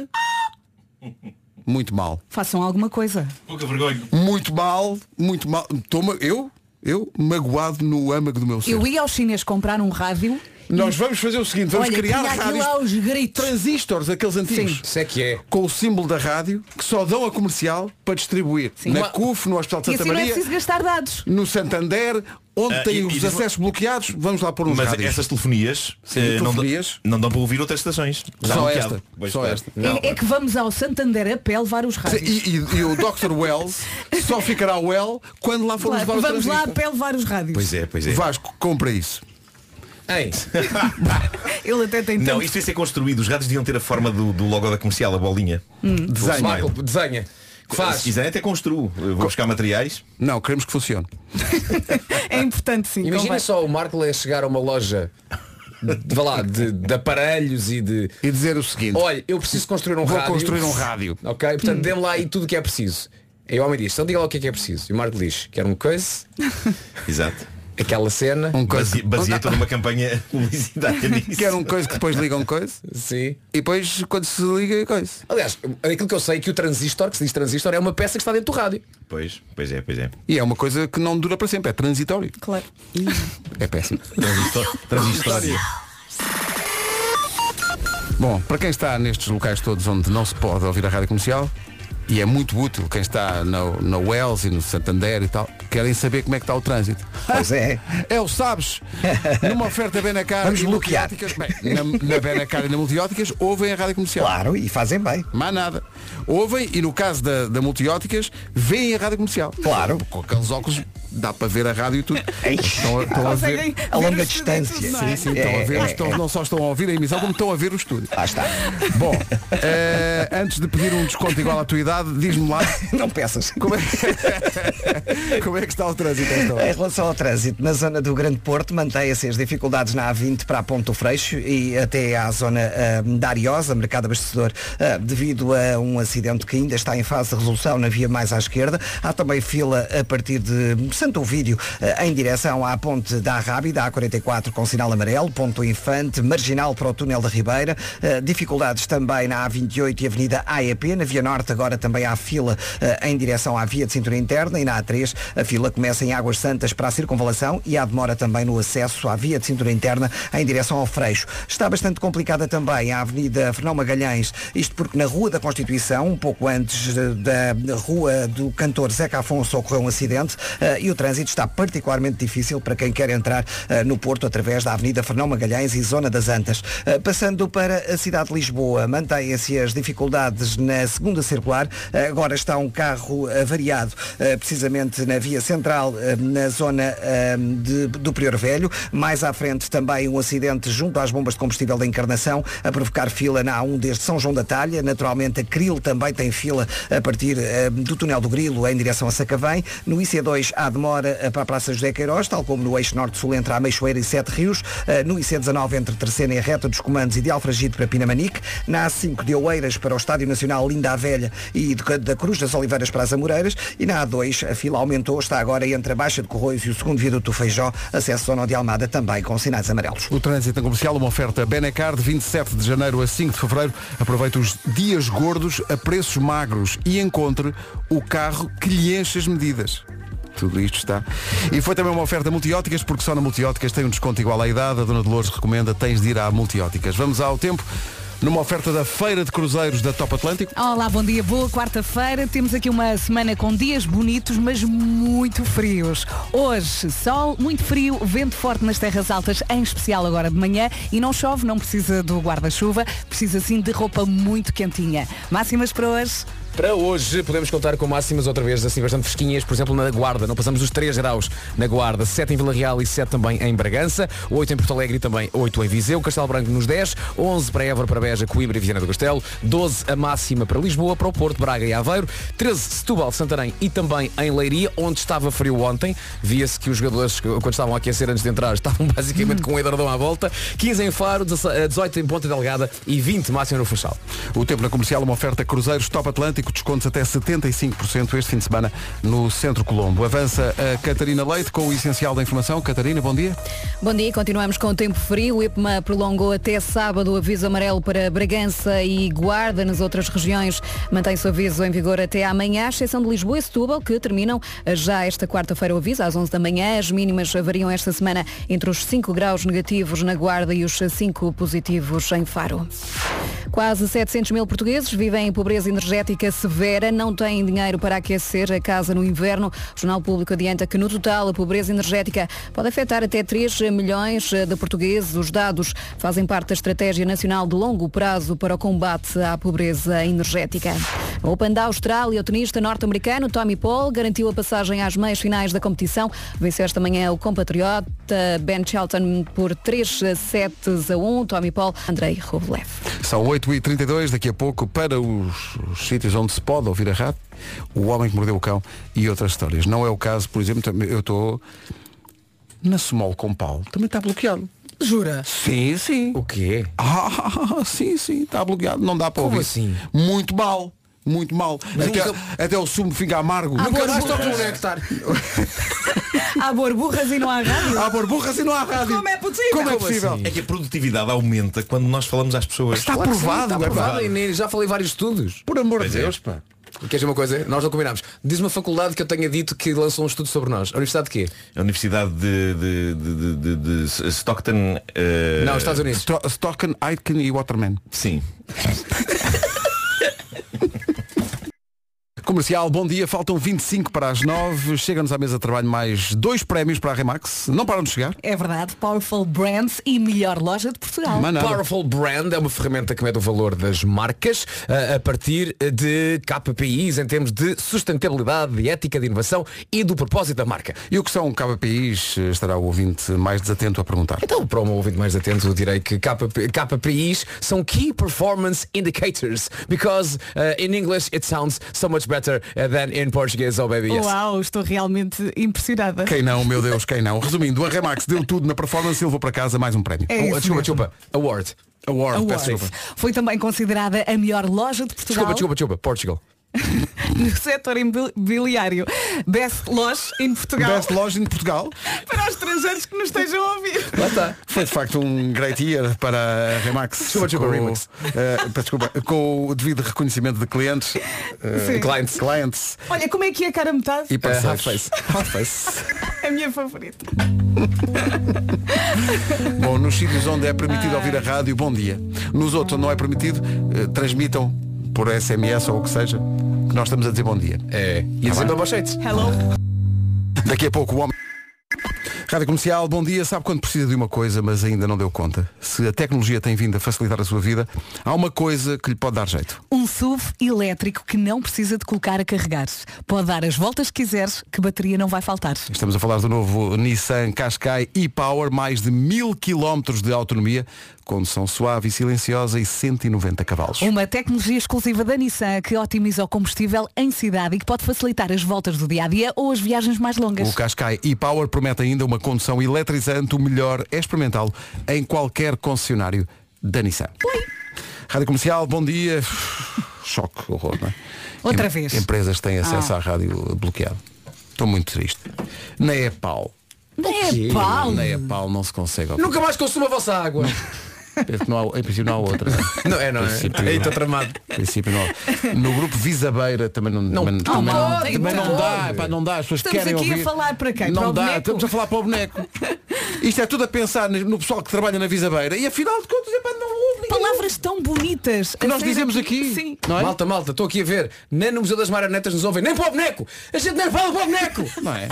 S1: Muito mal.
S2: Façam alguma coisa.
S1: Muito mal, muito mal. Tô ma- eu, eu, magoado no âmago do meu ser.
S2: Eu ia ao chinês comprar um rádio.
S1: Nós vamos fazer o seguinte, vamos
S2: Olha,
S1: criar
S2: tinha aquilo
S1: rádios,
S2: aos gritos.
S1: transistores, aqueles antigos.
S2: Sim.
S8: Isso é que é.
S1: com o símbolo da rádio que só dão a comercial para distribuir na
S8: Uma-
S1: CUF, no Hospital de
S2: E
S1: Santa
S2: assim não é
S1: Maria,
S2: preciso gastar dados.
S1: no Santander, onde
S11: Ah,
S1: tem
S11: e-
S1: os
S11: e diz-
S1: acessos bloqueados, vamos lá pôr uns
S11: Mas
S1: rádios.
S11: essas telefonias,
S1: Sim,
S11: eh, não dão-
S1: telefonias.
S11: Não, dão para ouvir outras estações. Está
S1: Só
S11: bloqueado.
S1: esta,
S11: Pois
S1: só
S11: está.
S1: esta.
S11: Não,
S2: é, é que vamos ao Santander a pé levar os rádios.
S1: E, e- e o Dr. Wells só ficará well quando lá formos
S2: Claro,
S1: levar o
S2: vamos lá a
S1: transistor.
S2: pé levar os rádios.
S11: Pois é, pois é.
S1: Vasco, compra isso.
S8: Hein?
S2: Ele até tem
S11: Não,
S2: tanto.
S11: isto ia ser construído. Os rádios deviam ter a forma do, do logo da comercial, a bolinha.
S1: Desenha.
S8: Michael, Hum. desenha.
S11: Se
S8: Faz.
S11: quiserem até construo. Eu Vou buscar materiais.
S1: Não, queremos que funcione.
S2: É importante sim.
S8: Imagina
S2: convém.
S8: só o Marco é chegar a uma loja de, vá lá, de, de aparelhos e de.
S1: E dizer o seguinte.
S8: Olha, eu preciso construir um
S1: Vou
S8: rádio.
S1: construir um rádio.
S8: Ok? Portanto, dê-me lá aí tudo o que é preciso. E o homem diz, então diga lá o que é que é preciso. E o Marco diz, quero um coisa,
S11: Exato.
S8: aquela cena,
S1: um coisa.
S11: Base- Baseia toda uma campanha (laughs) publicitária nisso.
S1: Quer um coisa que depois liga um coisa.
S8: sim.
S1: E depois quando se liga é coisa.
S8: Aliás, aquilo que eu sei é que o transistor, que se diz transistor, é uma peça que está dentro do rádio.
S11: Pois, pois é, pois é.
S1: E é uma coisa que não dura para sempre, é transitório.
S2: Claro.
S1: É péssimo.
S11: Transistor- Transistória.
S1: Bom, para quem está nestes locais todos onde não se pode ouvir a rádio comercial, e é muito útil quem está na, na Wells e no Santander e tal, querem saber como é que está o trânsito.
S7: Pois é.
S1: É o sabes, numa oferta Benacar
S7: Vamos
S1: e
S7: bloquear.
S1: Multióticas, bem, na, na Benacar e na Multióticas, ouvem a rádio comercial.
S7: Claro, e fazem bem.
S1: Mais nada. Ouvem e no caso da, da Multióticas, veem a rádio comercial.
S7: Claro.
S1: Com aqueles óculos dá para ver a rádio e tudo. Estão, a- estão a ver.
S2: Conseguem
S7: A longa
S2: ver os estudantes,
S7: distância.
S2: não é?
S1: Sim,
S2: É.
S1: sim, estão a ver,
S7: É, é,
S1: estão- não só estão a ouvir a emissão, como estão a ver o estúdio.
S7: Lá está.
S1: Bom, eh, antes de pedir um desconto igual à tua idade, diz-me lá (laughs)
S7: Não peças.
S1: como é, como é que (laughs) está o trânsito a esta hora?
S7: Em relação ao trânsito, na zona do Grande Porto mantém-se as dificuldades na A20 para a Ponto Freixo e até à zona ah, da Ariosa, mercado abastecedor, ah, devido a um acidente que ainda está em fase de resolução na via mais à esquerda. Há também fila a partir de Santo Ovídio ah, em direção à Ponte da Rábida, A44 com sinal amarelo, Ponto Infante, marginal para o Túnel da Ribeira. Ah, dificuldades também na A28 e Avenida AEP. Na Via Norte agora também há fila eh, em direção à via de cintura interna e na A3 a fila começa em Águas Santas para a circunvalação e há demora também no acesso à via de cintura interna em direção ao Freixo. Está bastante complicada também a Avenida Fernão Magalhães, isto porque na Rua da Constituição, um pouco antes eh, da Rua do Cantor Zeca Afonso, ocorreu um acidente eh, e o trânsito está particularmente difícil para quem quer entrar eh, no Porto através da Avenida Fernão Magalhães e Zona das Antas. Eh, Passando para a cidade de Lisboa, mantêm-se as dificuldades na segunda circular. Eh, Agora está um carro avariado, eh, precisamente na via central, eh, na zona eh, de- do Prior Velho. Mais à frente também um acidente junto às bombas de combustível da Encarnação, a provocar fila na A1 desde São João da Talha. Naturalmente, a Cril também tem fila a partir eh, do túnel do Grilo em direção a Sacavém. No IC2 há demora eh, para a Praça José Queiroz, tal como no eixo norte-sul entre a Meixoeira e Sete Rios, eh, no IC19 entre Terceira e a Reta dos Comandos e de Alfragide para Pinamanique, na A5 de Oeiras para o Estádio Nacional Linda a Velha e de- da Cruz das Oliveiras para as Amoreiras e na A2 a fila aumentou, está agora entre a Baixa de Corroios e o 2 segundo viaduto do Feijó, acesso zona de Almada também com sinais amarelos.
S1: O trânsito na comercial, uma oferta Benacar de 27 de janeiro a 5 de fevereiro. Aproveite os dias gordos a preços magros e encontre o carro que lhe enche as medidas. Tudo isto está. E foi também uma oferta multióticas, porque só na multióticas tem um desconto igual à idade. A Dona Dolores recomenda, tens de ir à multióticas. Vamos ao tempo, numa oferta da Feira de Cruzeiros da Top Atlântico.
S2: Olá, bom dia, boa quarta-feira. Temos aqui uma semana com dias bonitos, mas muito frios. Hoje, sol, muito frio, vento forte nas terras altas, em especial agora de manhã, e não chove, não precisa do guarda-chuva, precisa sim de roupa muito quentinha. Máximas para hoje?
S8: Para hoje podemos contar com máximas outra vez assim bastante fresquinhas, por exemplo na Guarda, não passamos dos 3 graus na Guarda, 7 em Vila Real e 7 também em Bragança, 8 em Porto Alegre e também 8 em Viseu, Castelo Branco nos 10, 11 para Évora, para Beja, Coimbra e Viana do Castelo, 12 a máxima para Lisboa, para o Porto, Braga e Aveiro, 13 Setúbal, Santarém e também em Leiria, onde estava frio ontem, via-se que os jogadores quando estavam a aquecer antes de entrar estavam basicamente com o edredom à volta, 15 em Faro, 18 em Ponta Delgada e 20 máxima no Funchal.
S1: O tempo na comercial, uma oferta Cruzeiros Top Atlântico, descontos até 75% este fim de semana no Centro Colombo. Avança a Catarina Leite com o essencial da informação. Catarina, bom dia.
S12: Bom dia, continuamos com o tempo frio. O IPMA prolongou até sábado o aviso amarelo para Bragança e Guarda. Nas outras regiões mantém-se o aviso em vigor até amanhã, à exceção de Lisboa e Setúbal, que terminam já esta quarta-feira o aviso, às 11 da manhã. As mínimas variam esta semana entre os 5 graus negativos na Guarda e os 5 positivos em Faro. Quase 700 mil portugueses vivem em pobreza energética severa, não têm dinheiro para aquecer a casa no inverno. O Jornal Público adianta que, no total, a pobreza energética pode afetar até 3 milhões de portugueses. Os dados fazem parte da Estratégia Nacional de Longo Prazo para o Combate à Pobreza Energética. O Open da Austrália, o tenista norte-americano Tommy Paul garantiu a passagem às meias finais da competição. Venceu esta manhã o compatriota Ben Shelton por 3 sets a 1. Tommy Paul, Andrei Rublev.
S1: São 8h32, daqui a pouco, para os, os sítios onde se pode ouvir a rádio, O Homem que Mordeu o Cão e outras histórias. Não é o caso, por exemplo, também- eu estou na Small com Paulo, também está bloqueado.
S2: Jura?
S1: Sim, sim. O quê? Ah, (laughs) sim, sim, está bloqueado, não dá para
S8: Como
S1: ouvir.
S8: assim?
S1: Muito mal. Muito mal.
S8: Mas
S1: Até,
S8: nunca-
S1: até o sumo fica amargo.
S2: Ah, Nunca boa, mais boa. toco no
S1: nectar.
S2: Há borburras e não há (laughs) rádio.
S1: Há borburras e não há rádio.
S2: Como é possível?
S11: É que a produtividade aumenta quando nós falamos às pessoas.
S1: Está
S8: Claro que sim,
S1: provado,
S8: está
S1: é
S8: provado.
S1: pá.
S8: e nem- já falei vários estudos.
S1: Por amor
S11: de Deus,
S1: pá.
S8: Queres ver é uma coisa? Nós não combinámos. Diz uma faculdade que eu tenha dito que lançou um estudo sobre nós. A Universidade de quê?
S11: A Universidade de, de, de, de- de- de Stockton. eh,
S8: Não, Estados Unidos.
S1: Sto- Stockton, Aitken e Waterman.
S11: Sim.
S1: Comercial, bom dia. Faltam 25 para as 9. Chega-nos à mesa de trabalho mais dois prémios para a Remax. Não param de chegar.
S2: É verdade, Powerful Brands e melhor loja de Portugal.
S8: Powerful Brand é uma ferramenta que mede o valor das marcas ah, a partir de KPIs em termos de sustentabilidade, de ética, de inovação e do propósito da marca.
S1: E o que são KPIs? Estará o ouvinte mais desatento a perguntar.
S8: Então, para um ouvinte mais atento, eu direi que KP, KPIs são Key Performance Indicators because ah, in English it sounds so much better ah, than in Portuguese, oh baby, yes.
S2: Uau, estou realmente impressionada.
S1: Quem não, meu Deus, quem não? Resumindo, a Remax deu tudo na performance e levou para casa mais um prémio.
S2: É isso
S8: desculpa,
S2: mesmo.
S8: Oh, desculpa. Award.
S1: Award,
S2: Awards.
S1: peço desculpa.
S2: Foi também considerada a melhor loja de Portugal
S8: Desculpa, desculpa, desculpa. Portugal.
S2: no setor imobiliário. Best Loja em Portugal.
S1: Best Loja em Portugal.
S2: Para os estrangeiros que nos estejam a ouvir.
S8: Lá está.
S1: Foi de facto um great year para a Remax.
S8: Desculpa, desculpa,
S1: com,
S8: Remax.
S1: eh, peço desculpa, com o devido reconhecimento de clientes. eh,
S2: Sim.
S1: clients. clients.
S2: Olha, como é que é a cara metade?
S1: E parceiros.
S8: Half-face.
S1: Half-face.
S2: É a minha favorita.
S1: (laughs) Bom, nos sítios onde é permitido ouvir a rádio, bom dia. Nos outros onde não é permitido, eh, transmitam por SMS ou o que seja, que nós estamos a dizer bom dia.
S8: É. E
S1: Tá
S8: dizendo a
S1: bem.
S8: bochetes.
S2: Hello.
S1: Daqui a pouco o homem. Rádio Comercial, bom dia. Sabe quando precisa de uma coisa, mas ainda não deu conta? Se a tecnologia tem vindo a facilitar a sua vida, há uma coisa que lhe pode dar jeito.
S2: Um SUV elétrico que não precisa de colocar a carregar. Pode dar as voltas que quiseres, que bateria não vai faltar.
S1: Estamos a falar do novo Nissan Qashqai e-Power, mais de mil quilómetros de autonomia, condução suave e silenciosa e 190 cavalos.
S2: Uma tecnologia exclusiva da Nissan que otimiza o combustível em cidade e que pode facilitar as voltas do dia-a-dia ou as viagens mais longas.
S1: O Cascai e-Power promete ainda uma condução eletrizante. O melhor é experimentá-lo em qualquer concessionário da Nissan. Rádio Comercial, bom dia. Choque, horror, não é?
S2: Outra
S1: Em-
S2: vez. Ah.
S1: Empresas têm acesso à rádio bloqueado. Estou muito triste. Na EPAL,
S2: É pau.
S1: Na Epal não se consegue. ó.
S3: Nunca mais consuma a vossa água.
S1: Penso que não há- em princípio não há outra.
S3: Não é, não é? Aí estou
S1: tramado. Em princípio não. há. No grupo Visabeira também não, também,
S2: não
S1: também não-
S2: pode,
S1: também
S2: não
S1: não dá,
S2: pode.
S1: pá, não dá. As pessoas
S2: Estamos
S1: querem
S2: aqui
S1: ouvir.
S2: a falar para quem?
S1: Não
S2: para o
S1: dá,
S2: boneco?
S1: estamos a falar para o boneco. Isto é tudo a pensar no no pessoal que trabalha na Visabeira e afinal de contas, epá, não houve ninguém.
S2: Palavras tão bonitas.
S1: Que
S2: a
S1: nós
S2: sair
S1: dizemos aqui.
S2: Sim.
S1: Não é?
S3: Malta, malta, estou aqui a ver. Nem no Museu das Marionetas nos ouvem. Nem para o boneco. A gente nem fala para o boneco.
S1: Não é?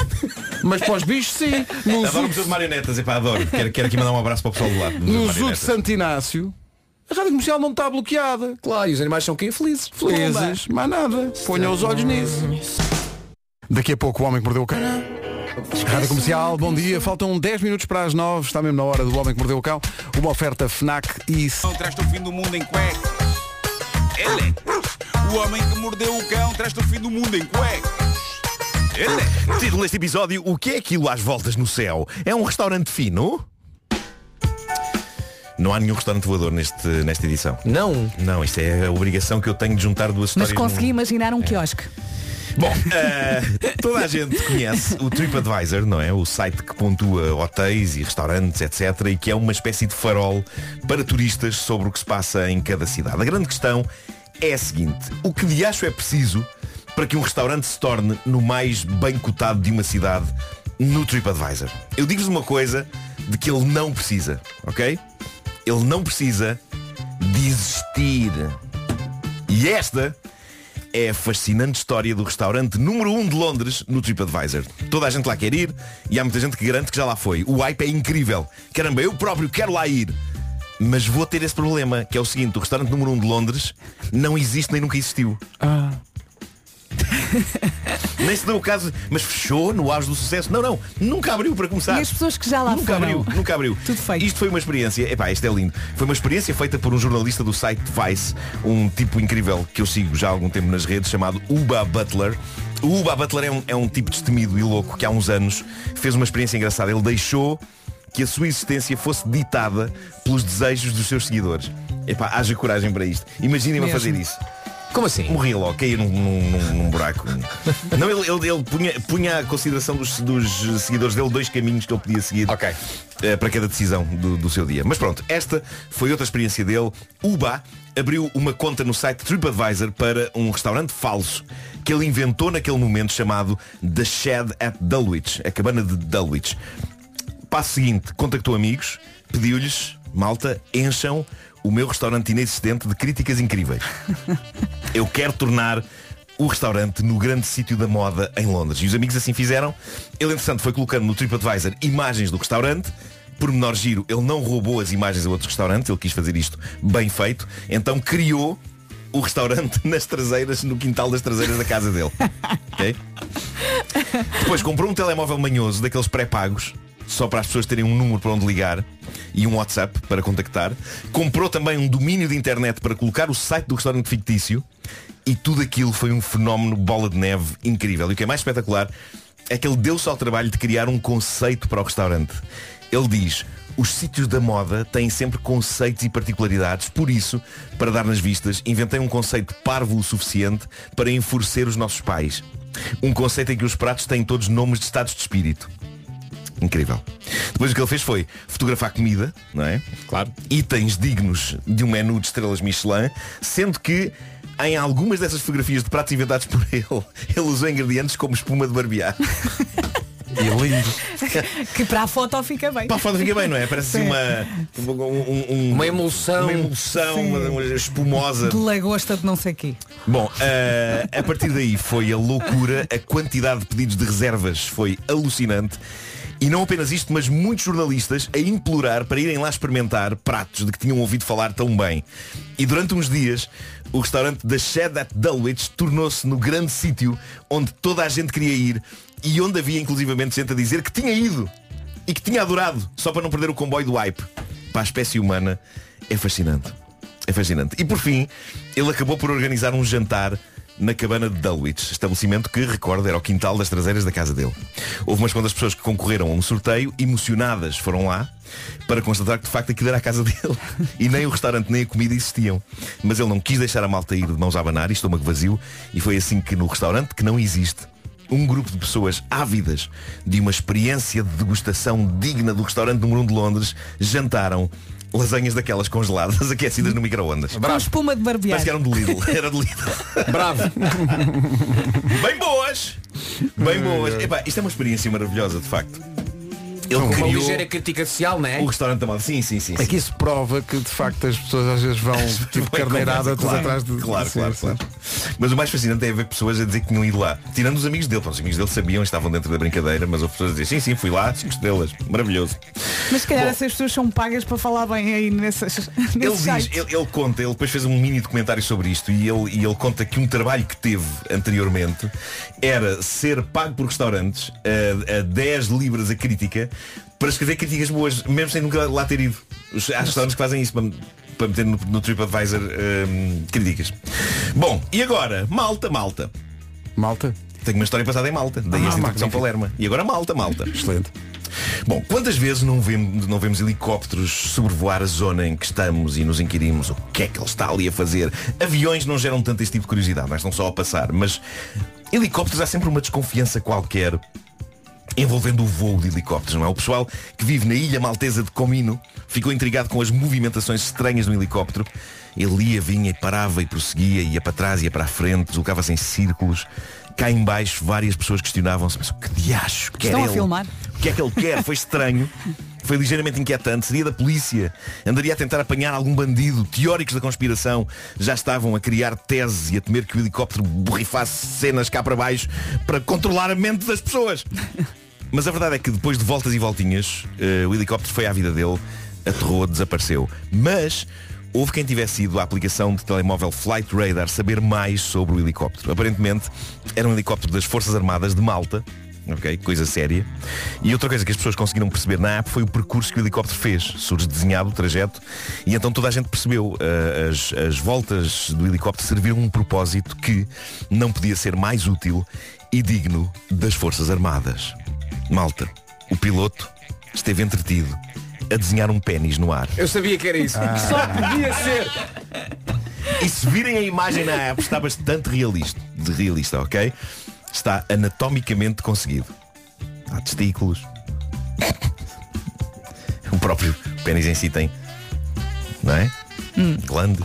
S1: Mas para os bichos sim. Num
S11: Adoro o
S1: zoo,
S11: Museu de Marionetas, epá, adoro. Quero, quero aqui mandar um abraço para o pessoal do lado. do Museu
S1: no
S11: de
S1: zoo de
S11: Marionetas.
S1: Santo Inácio, a rádio comercial não está bloqueada.
S3: Claro, e os animais são o quê? Felizes.
S1: Felizes, mais nada. Ponham os olhos nisso. Daqui a pouco o homem que mordeu o cão. Rádio Comercial, bom dia. Faltam 10 minutos para as 9. Está mesmo na hora do Homem que Mordeu o Cão. Uma oferta FNAC e...
S13: Traz-te o fim do mundo em cueca. Ele. é O homem que mordeu o cão traz-te o fim do mundo em cueca.
S11: Ele. Título deste episódio, o que é aquilo às voltas no céu? É um restaurante fino? Não há nenhum restaurante voador neste, nesta edição.
S3: Não?
S11: Não, isto é a obrigação que eu tenho de juntar duas
S2: Mas
S11: histórias. num-
S2: consegui imaginar
S1: É.
S2: um quiosque.
S11: Bom, eh, toda a gente conhece o TripAdvisor, não é? O site que pontua hotéis e restaurantes, etc. E que é uma espécie de farol para turistas sobre o que se passa em cada cidade. A grande questão é a seguinte. O que de acho é preciso para que um restaurante se torne no mais bem cotado de uma cidade no TripAdvisor? Eu digo-vos uma coisa de que ele não precisa, ok? Ele não precisa de existir. E esta é a fascinante história do restaurante número 1 um de Londres no TripAdvisor. Toda a gente lá quer ir e há muita gente que garante que já lá foi. O hype é incrível. Caramba, eu próprio quero lá ir. Mas vou ter esse problema, que é o seguinte, o restaurante número 1 um de Londres não existe nem nunca existiu.
S2: Ah.
S11: Nem se deu o caso, mas fechou no auge do sucesso. Não, não, nunca abriu para começar.
S2: E as pessoas que já lá
S11: Nunca
S2: foram?
S11: abriu, nunca abriu. Isto foi uma experiência, epá, isto é lindo. Foi uma experiência feita por um jornalista do site Vice, um tipo incrível que eu sigo já há algum tempo nas redes, chamado Uba Butler. O Uba Butler é um, é um tipo destemido e louco que há uns anos fez uma experiência engraçada. Ele deixou que a sua existência fosse ditada pelos desejos dos seus seguidores. Epá, haja coragem para isto. Imaginem-me a
S3: Mesmo.
S11: fazer isso.
S3: Como assim?
S11: Morria logo, caía num, num- num- num buraco. Não, ele, ele- ele punha, punha à consideração dos, dos seguidores dele dois caminhos que ele podia seguir eh, para cada decisão do, do seu dia. Mas pronto, esta foi outra experiência dele. Uba abriu uma conta no site TripAdvisor para um restaurante falso que ele inventou naquele momento chamado The Shed at Dulwich, a cabana de Dulwich. Passo seguinte, contactou amigos, pediu-lhes, malta, encham o meu restaurante inexistente de críticas incríveis. Eu quero tornar o restaurante no grande sítio da moda em Londres. E os amigos assim fizeram. Ele, entretanto, foi colocando no TripAdvisor imagens do restaurante. Por menor giro, ele não roubou as imagens a outros restaurantes, ele quis fazer isto bem feito. Então criou o restaurante (laughs) nas traseiras, no quintal das traseiras da casa dele. Ok? Depois comprou um telemóvel manhoso daqueles pré-pagos só para as pessoas terem um número para onde ligar e um WhatsApp para contactar. Comprou também um domínio de internet para colocar o site do restaurante fictício e tudo aquilo foi um fenómeno bola de neve incrível. E o que é mais espetacular é que ele deu-se ao trabalho de criar um conceito para o restaurante. Ele diz, os sítios da moda têm sempre conceitos e particularidades, por isso, para dar nas vistas, inventei um conceito parvo o suficiente para enfurecer os nossos pais. Um conceito em que os pratos têm todos nomes de estados de espírito. Incrível. Depois o que ele fez foi fotografar comida, não é? Claro. Itens dignos de um menu de estrelas Michelin, sendo que em algumas dessas fotografias de pratos inventados por (laughs) ele, ele usou ingredientes como espuma de barbear. (laughs) e é lindo.
S2: que para a foto fica bem.
S11: Para a foto fica bem, não é? Parece assim
S2: Sim.
S11: uma, um- um-
S3: Uma emulsão.
S11: Uma emulsão,
S2: Sim.
S11: uma, uma espumosa.
S2: De lagosta de não sei quê.
S11: Bom, eh, a partir daí foi a loucura, a quantidade de pedidos de reservas foi alucinante. E não apenas isto, mas muitos jornalistas a implorar para irem lá experimentar pratos de que tinham ouvido falar tão bem. E durante uns dias, o restaurante da Shed at Dulwich tornou-se no grande sítio onde toda a gente queria ir e onde havia inclusivamente gente a dizer que tinha ido e que tinha adorado, só para não perder o comboio do hype. Para a espécie humana é fascinante. É fascinante. E por fim, ele acabou por organizar um jantar na cabana de Dulwich, estabelecimento que, recordo, era o quintal das traseiras da casa dele. Houve umas quantas pessoas que concorreram a um sorteio, emocionadas foram lá, para constatar que de facto aquilo era a casa (laughs) dele. E nem o restaurante nem a comida existiam. Mas ele não quis deixar a malta ir de mãos a abanar e estômago vazio, e foi assim que no restaurante que não existe, um grupo de pessoas ávidas de uma experiência de degustação digna do restaurante número 1 de Londres jantaram lasanhas daquelas congeladas (laughs) aquecidas no micro-ondas.
S2: Com espuma de barbear.
S11: Parece que eram de Lidl. (laughs) Era de Lidl.
S3: Bravo.
S11: Bem boas. Bem boas. Epá, isto é uma experiência maravilhosa, de facto. Ele
S3: Com uma
S11: criou
S3: ligeira crítica social, não é?
S11: o restaurante da moda. Sim, sim, sim. sim.
S1: Então, Aqui se prova É que de facto as pessoas às
S3: (laughs)
S1: vezes vão tipo
S11: Vai
S1: carneirada
S11: conversa,
S1: todos atrás de.
S11: Claro,
S1: Sim,
S11: claro,
S1: sim.
S11: claro. Mas o mais fascinante é ver pessoas a dizer que tinham ido lá. Tirando os amigos dele. Pronto, Os amigos dele sabiam, estavam dentro da brincadeira, mas houve pessoas a dizer, sim, sim, fui lá, cinco estrelas. Maravilhoso.
S2: Mas se calhar
S11: Bom.
S2: essas pessoas são pagas para falar bem aí nessas.
S11: Ele
S2: (laughs) nesses
S11: diz,
S2: sites.
S11: ele, ele conta, ele depois fez um mini documentário sobre isto e ele, e ele conta que um trabalho que teve anteriormente era ser pago por restaurantes eh, a, a 10 libras a crítica para escrever críticas boas, mesmo sem nunca lá ter ido. Os- Há restaurantes que fazem isso para, para meter no, no TripAdvisor hum, críticas. Bom, e agora, malta, malta.
S1: Malta?
S11: Tenho uma história passada em Malta, daí
S1: Ah,
S11: esta introdução
S1: magnífico.
S11: Palerma. E agora Malta, Malta.
S1: Excelente.
S11: Bom, quantas vezes não vemos, não vemos helicópteros sobrevoar a zona em que estamos e nos inquirimos o que é que ele está ali a fazer? Aviões não geram tanto esse tipo de curiosidade, mas estão só a passar. Mas helicópteros há sempre uma desconfiança qualquer envolvendo o voo de helicópteros, não é? O pessoal que vive na ilha maltesa de Comino ficou intrigado com as movimentações estranhas do helicóptero. Ele ia, vinha e parava e prosseguia, ia para trás, ia para a frente, deslocava-se em círculos. Cá em baixo, várias pessoas questionavam-se, mas o que diacho quer
S2: Estão a
S11: ele?
S2: filmar?
S11: O que é que ele quer? Foi estranho. Foi ligeiramente inquietante, seria da polícia, andaria a tentar apanhar algum bandido, teóricos da conspiração já estavam a criar teses e a temer que o helicóptero borrifasse cenas cá para baixo para controlar a mente das pessoas. Mas a verdade é que depois de voltas e voltinhas, eh, o helicóptero foi à vida dele, aterrou, desapareceu. Mas houve quem tivesse ido à aplicação de telemóvel Flight Radar saber mais sobre o helicóptero. Aparentemente era um helicóptero das Forças Armadas de Malta. Ok, coisa séria. E outra coisa que as pessoas conseguiram perceber na app foi o percurso que o helicóptero fez. Surge desenhado o trajeto e então toda a gente percebeu. eh, as, as voltas do helicóptero serviram um propósito que não podia ser mais útil e digno das Forças Armadas. Malta, o piloto esteve entretido a desenhar um pênis no ar.
S3: Eu sabia que era isso.
S11: Ah.
S3: Só podia ser.
S11: E se virem a imagem na app, está bastante realista, de realista, ok? Está anatomicamente conseguido. Há testículos. O próprio pênis em si tem. Não é? Glande.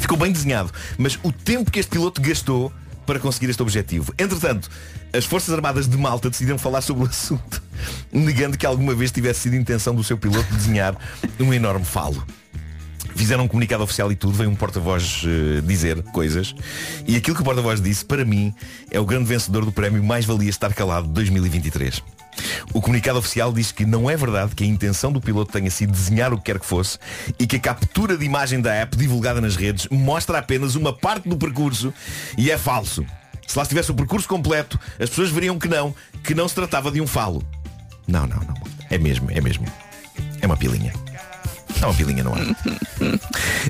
S11: Ficou bem desenhado, mas o tempo que este piloto gastou para conseguir este objetivo. Entretanto, as Forças Armadas de Malta decidiram falar sobre o assunto, (laughs) negando que alguma vez tivesse sido intenção do seu piloto desenhar um enorme falo. Fizeram um comunicado oficial e tudo, veio um porta-voz eh, dizer coisas. E aquilo que o porta-voz disse, para mim, é o grande vencedor do prémio Mais Valia Estar Calado 2023. O comunicado oficial diz que não é verdade que a intenção do piloto tenha sido desenhar o que quer que fosse e que a captura de imagem da app divulgada nas redes mostra apenas uma parte do percurso e é falso. Se lá estivesse o percurso completo, as pessoas veriam que não, que não se tratava de um falo. Não, não, não. É mesmo, é mesmo. É uma pilinha. É uma pilinha no ar.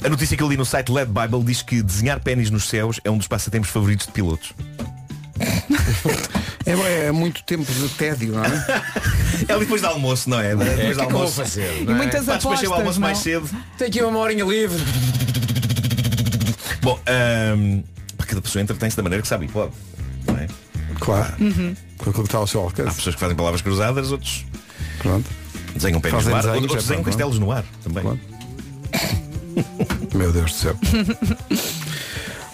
S11: A notícia que eu li no site Led Bible diz que desenhar pênis nos céus é um dos passatempos favoritos de pilotos.
S1: É, é muito tempo de tédio, não é?
S11: (laughs) É ali depois do almoço, não é? Depois
S1: É,
S11: do
S1: o que é que eu vou
S11: almoço.
S1: fazer,
S3: não é? E muitas
S11: eh, Pá, Depois chega
S3: apostas,
S11: o almoço mais
S3: não?
S11: cedo.
S3: Tenho aqui uma horinha livre.
S11: Bom, ahm, pá, cada pessoa entretém-se da maneira que sabe e pode. Não é?
S1: Claro. Com aquilo que está ao seu
S11: Há
S1: alcance.
S11: pessoas que fazem palavras cruzadas, outros
S1: Pronto.
S11: desenham pênis
S1: Fazem
S11: no ar,
S1: desenhos,
S11: outros
S1: é
S11: desenham
S1: pronto,
S11: castelos no ar também.
S1: (coughs) Meu Deus do céu.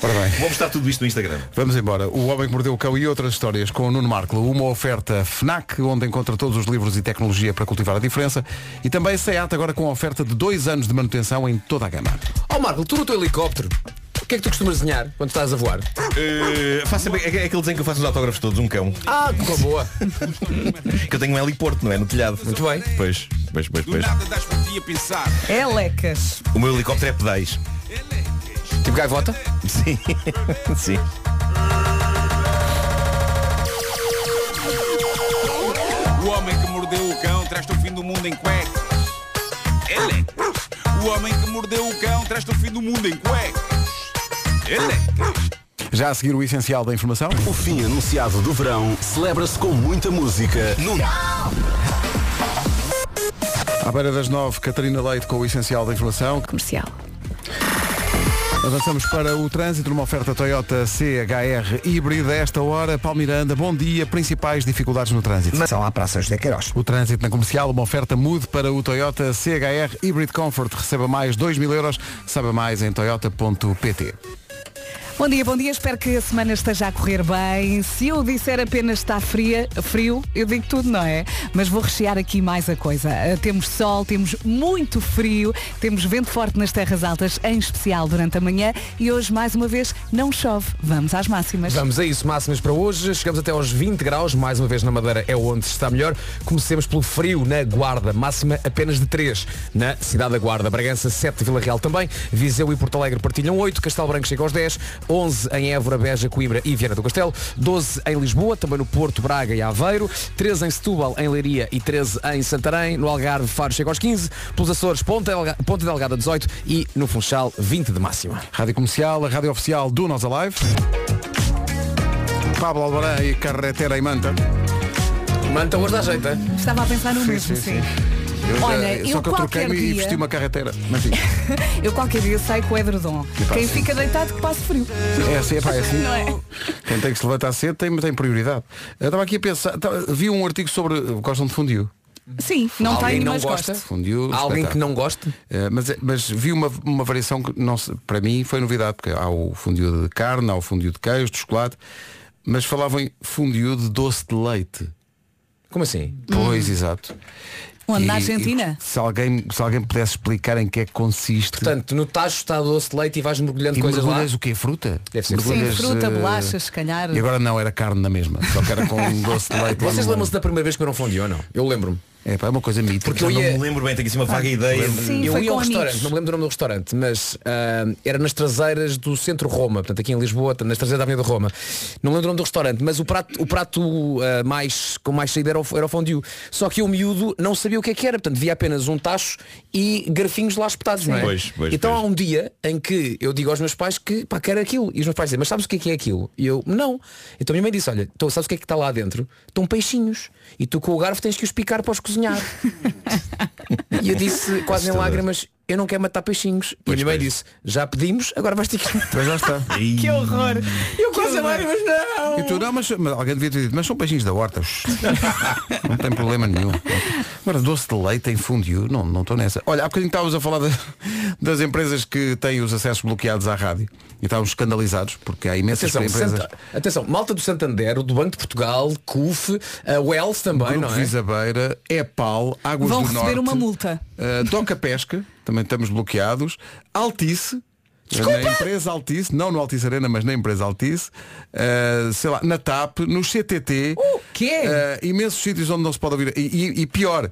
S1: Ora bem.
S11: Vou mostrar tudo isto no Instagram.
S1: Vamos embora. O Homem que Mordeu o Cão e outras histórias com o Nuno Marco. Uma oferta FNAC, onde encontra todos os livros e tecnologia para cultivar a diferença. E também SEAT agora com a oferta de dois anos de manutenção em toda a gama.
S8: Ó Marco, tu no teu helicóptero, o que é que tu costumas desenhar quando estás a voar?
S11: Eh, faço sempre- é aquele desenho que eu faço nos autógrafos todos, um cão.
S8: Ah, com a boa.
S11: Que eu tenho um heliporto, não é? No telhado. Muito bem. Pois, pois, pois,
S13: Do
S11: pois.
S13: nada das por ti a pensar.
S2: É lecas.
S11: O meu helicóptero é pedais.
S8: Tipo
S1: (laughs)
S8: gaivota?
S11: Sim. Sim.
S13: O homem que mordeu o cão traz-te o fim do mundo em cueca. Ele. é O homem que mordeu o cão traz-te o fim do mundo em cueca. Ele. é
S1: Já a seguir o essencial da informação.
S5: O fim anunciado do verão celebra-se com muita música. No...
S1: À beira das nove, Catarina Leite com o essencial da informação.
S12: Comercial.
S1: Avançamos para o trânsito numa oferta Toyota CHR híbrida. Esta hora, Palmiranda, bom dia. Principais dificuldades no trânsito.
S7: São à Praça José Queiroz.
S1: O trânsito na comercial, uma oferta mude para o Toyota CHR Hybrid Comfort. Receba mais 2 mil euros. Saiba mais em toyota.pt.
S2: Bom dia, bom dia. Espero que a semana esteja a correr bem. Se eu disser apenas está fria, frio, eu digo tudo, não é? Mas vou rechear aqui mais a coisa. Uh, Temos sol, temos muito frio, temos vento forte nas terras altas, em especial durante a manhã. E hoje, mais uma vez, não chove. Vamos às máximas.
S8: Vamos a isso, máximas para hoje. Chegamos até aos 20 graus, mais uma vez na Madeira é onde se está melhor. Comecemos pelo frio na Guarda, máxima apenas de 3 na cidade da Guarda. Bragança 7, Vila Real também. Viseu e Porto Alegre partilham 8, Castelo Branco chega aos 10, 11 em Évora, Beja, Coimbra e Viana do Castelo, 12 em Lisboa, também no Porto, Braga e Aveiro, 13 em Setúbal, em Leiria e 13 em Santarém, no Algarve, Faro chega aos 15, pelos Açores, Ponta, Delga- Ponta Delgada 18 e no Funchal 20 de máxima.
S1: Rádio Comercial, a rádio oficial do Nós Alive. Pablo Alborã e Carretera e Manta.
S8: Manta hoje dá jeito, hein?
S2: Estava a pensar no
S1: Sim,
S2: mesmo,
S1: sim,
S2: sim.
S1: Eu já-
S2: Olha, eu
S1: só que eu
S2: qualquer
S1: troquei-me e
S2: dia-
S1: vesti uma carreteira. Mas enfim.
S2: Eu qualquer dia saio com o edredom.
S1: E passa.
S2: Quem fica deitado que passe frio.
S1: É assim, é pá, é assim.
S2: Não é?
S1: Quem tem que se levantar cedo tem, tem prioridade. Eu estava aqui a pensar, tava- vi um artigo sobre. Gostam de fundiu.
S2: Sim, não
S1: Alguém
S2: tem,
S1: não
S2: mas
S1: gosta?
S2: gosta.
S1: Fundiu,
S8: Há alguém
S1: espetáculo.
S8: que não goste?
S1: Eh, mas, mas vi uma, uma variação que não se- para mim foi novidade, porque há o fundiu de carne, há o fundiu de queijo, de chocolate, mas falavam em fundiu de doce de leite.
S8: Como assim?
S1: Pois, exato.
S2: Onde? Hum. Um Na
S1: E-
S2: Argentina?
S1: e se, alguém, se alguém pudesse explicar em que é que consiste.
S8: Portanto, no tacho está doce de leite e vais mergulhando
S1: e
S8: coisas
S1: mergulhas
S8: lá.
S1: o quê? Fruta?
S8: Deve ser
S2: Sim,
S1: Mergulhas,
S2: fruta,
S1: eh,
S2: bolachas, se calhar.
S1: E agora não, era carne na mesma, só que
S2: (laughs)
S1: era com um doce de leite.
S8: Vocês lembram-se da primeira vez que eu não fundiu ou não? Eu lembro-me.
S1: É pá, é uma coisa mítica.
S8: Porque eu ia-
S11: não me lembro bem, tenho assim uma vaga ideia.
S8: eu
S11: eu
S8: ia a um
S11: ao
S8: restaurante, não me lembro do nome do restaurante, mas ah, era nas traseiras do centro Roma, portanto aqui em Lisboa, nas traseiras da Avenida de Roma. Não me lembro o nome do restaurante, mas o prato, o prato ah, mais, com mais saída era o, era o fondue. Só que o miúdo não sabia o que é que era, portanto via apenas um tacho e garfinhos lá espetados, não é?
S11: Pois, pois,
S8: então
S11: pois.
S8: há um dia em que eu digo aos meus pais que pá, quero aquilo. E os meus pais dizem, mas sabes o que é que é aquilo? E eu, não. Então a minha mãe disse, olha, então, sabes o que é que está lá dentro? Estão peixinhos. E tu com o garfo tens que os picar para os cozinhar. E eu disse, quase em
S11: Assustador.
S8: lágrimas, eu não quero matar peixinhos. E a minha mãe disse, já pedimos, agora vais ter que.
S1: Mas já está.
S11: que
S8: horror! (laughs) Eu (laughs) quase em lágrimas, não!
S1: E tu, não, mas, mas alguém devia ter dito, mas são peixinhos da horta. (laughs) não tem problema nenhum. Agora, doce de leite em fundiu, não não estou nessa. Olha, há bocadinho estávamos a falar da- das empresas que têm os acessos bloqueados à rádio. E estávamos escandalizados, porque há imensas
S8: Atenção,
S1: empresas.
S8: Santa- atenção, malta do Santander, do Banco de Portugal, CUF, a Wells também,
S1: Grupo
S8: não é?
S1: Visabeira, EPAL, Águas
S2: Vão
S1: do Norte.
S2: receber uma multa.
S1: Uh, Doca Pesca, também estamos bloqueados. Altice. Na empresa Altice, não no Altice Arena, mas na empresa Altice, uh, sei lá, na TAP, no CTT,
S2: O quê?
S1: uh, imensos sítios onde não se pode ouvir. E, e- e pior,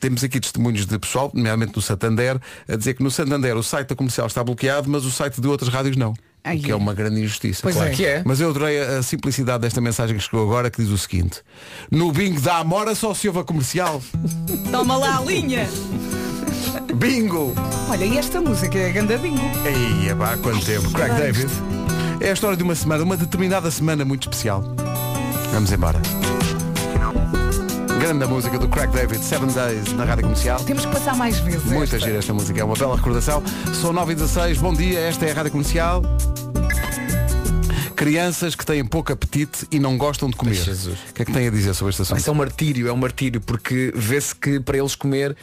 S1: temos aqui testemunhos de pessoal, nomeadamente do Santander, a dizer que no Santander o site da comercial está bloqueado, mas o site de outras rádios não.
S2: Ai.
S1: O que é uma grande injustiça.
S2: Pois Claro é. que é.
S1: Mas eu adorei a a simplicidade desta mensagem que chegou agora, que diz o seguinte. No bingo da Amora só se ouve a comercial.
S2: Toma lá a linha.
S1: Bingo!
S2: Olha, e esta música é ganda bingo.
S1: Ei, epá, há quanto tempo. Craig David. É a história de uma semana, uma determinada semana muito especial. Vamos embora. Grande música do Craig David, Seven Days, na Rádio Comercial.
S2: Temos que passar mais vezes.
S1: Muito gira esta música, é uma bela recordação. São 9 e 16 bom dia, esta é a Rádio Comercial. Crianças que têm pouco apetite e não gostam de comer.
S8: Jesus.
S1: O que é que tem a dizer sobre este assunto?
S8: Isso é um martírio, é um martírio, porque vê-se que para eles comer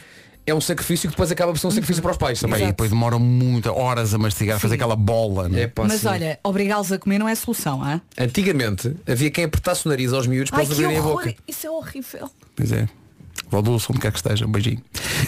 S8: é um sacrifício que depois acaba por ser um sacrifício para os pais
S1: Bem, e
S8: também.
S1: depois demoram muitas horas a mastigar, a fazer aquela bola. não é?
S2: Mas olha, obrigá-los a comer não é solução, hã?
S8: Antigamente havia quem apertasse o nariz aos miúdos para
S2: Ai,
S8: eles
S2: que
S8: abrirem a
S2: horror!
S8: boca.
S2: Isso é horrível.
S1: Pois é. Valdulso, onde quer que esteja, um beijinho.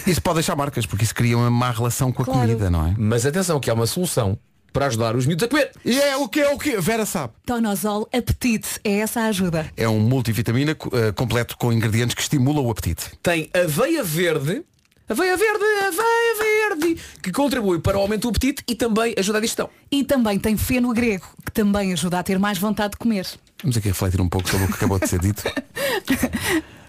S1: Isso pode deixar marcas, porque isso cria uma má relação com a
S2: Claro.
S1: comida, não é?
S8: Mas atenção que há uma solução para ajudar os miúdos a comer.
S1: E é o que é o que? Vera sabe.
S2: Tonozol apetite, é essa a ajuda.
S1: É um multivitamínico eh, completo com ingredientes que estimulam o apetite.
S8: Tem aveia verde. Aveia verde, aveia verde, que contribui para o aumento do apetite e também ajuda a digestão.
S2: E também tem feno grego, que também ajuda a ter mais vontade de comer.
S1: Vamos aqui refletir um pouco sobre o que acabou de ser
S2: (laughs)
S1: dito.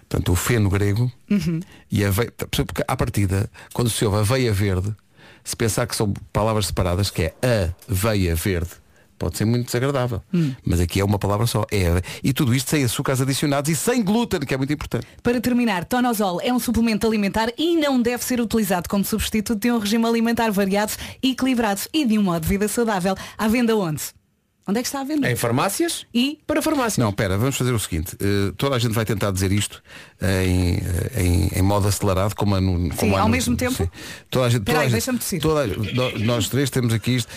S1: Portanto, o feno grego
S2: Uhum.
S1: e a veia. Porque à partida, quando se ouve a veia verde, se pensar que são palavras separadas, que é a veia verde, Pode ser muito desagradável.
S2: Hum.
S1: Mas aqui é uma palavra só. É. E tudo isto sem açúcares adicionados e sem glúten, que é muito importante.
S2: Para terminar, Tonosol é um suplemento alimentar e não deve ser utilizado como substituto de um regime alimentar variado, equilibrado e de um modo de vida saudável. À venda onde? Onde é que está a venda?
S1: Em farmácias?
S2: E para farmácias.
S1: Não, pera, vamos fazer o seguinte. eh, toda a gente vai tentar dizer isto em, eh, em, em modo acelerado, como, a, nu- como
S2: Sim,
S1: há
S2: ao
S1: no-
S2: mesmo tempo?
S1: Sim. Toda a gente, toda
S2: Peraí,
S1: a gente-
S2: deixa-me tossir.
S1: toda a- no- nós três temos aqui isto.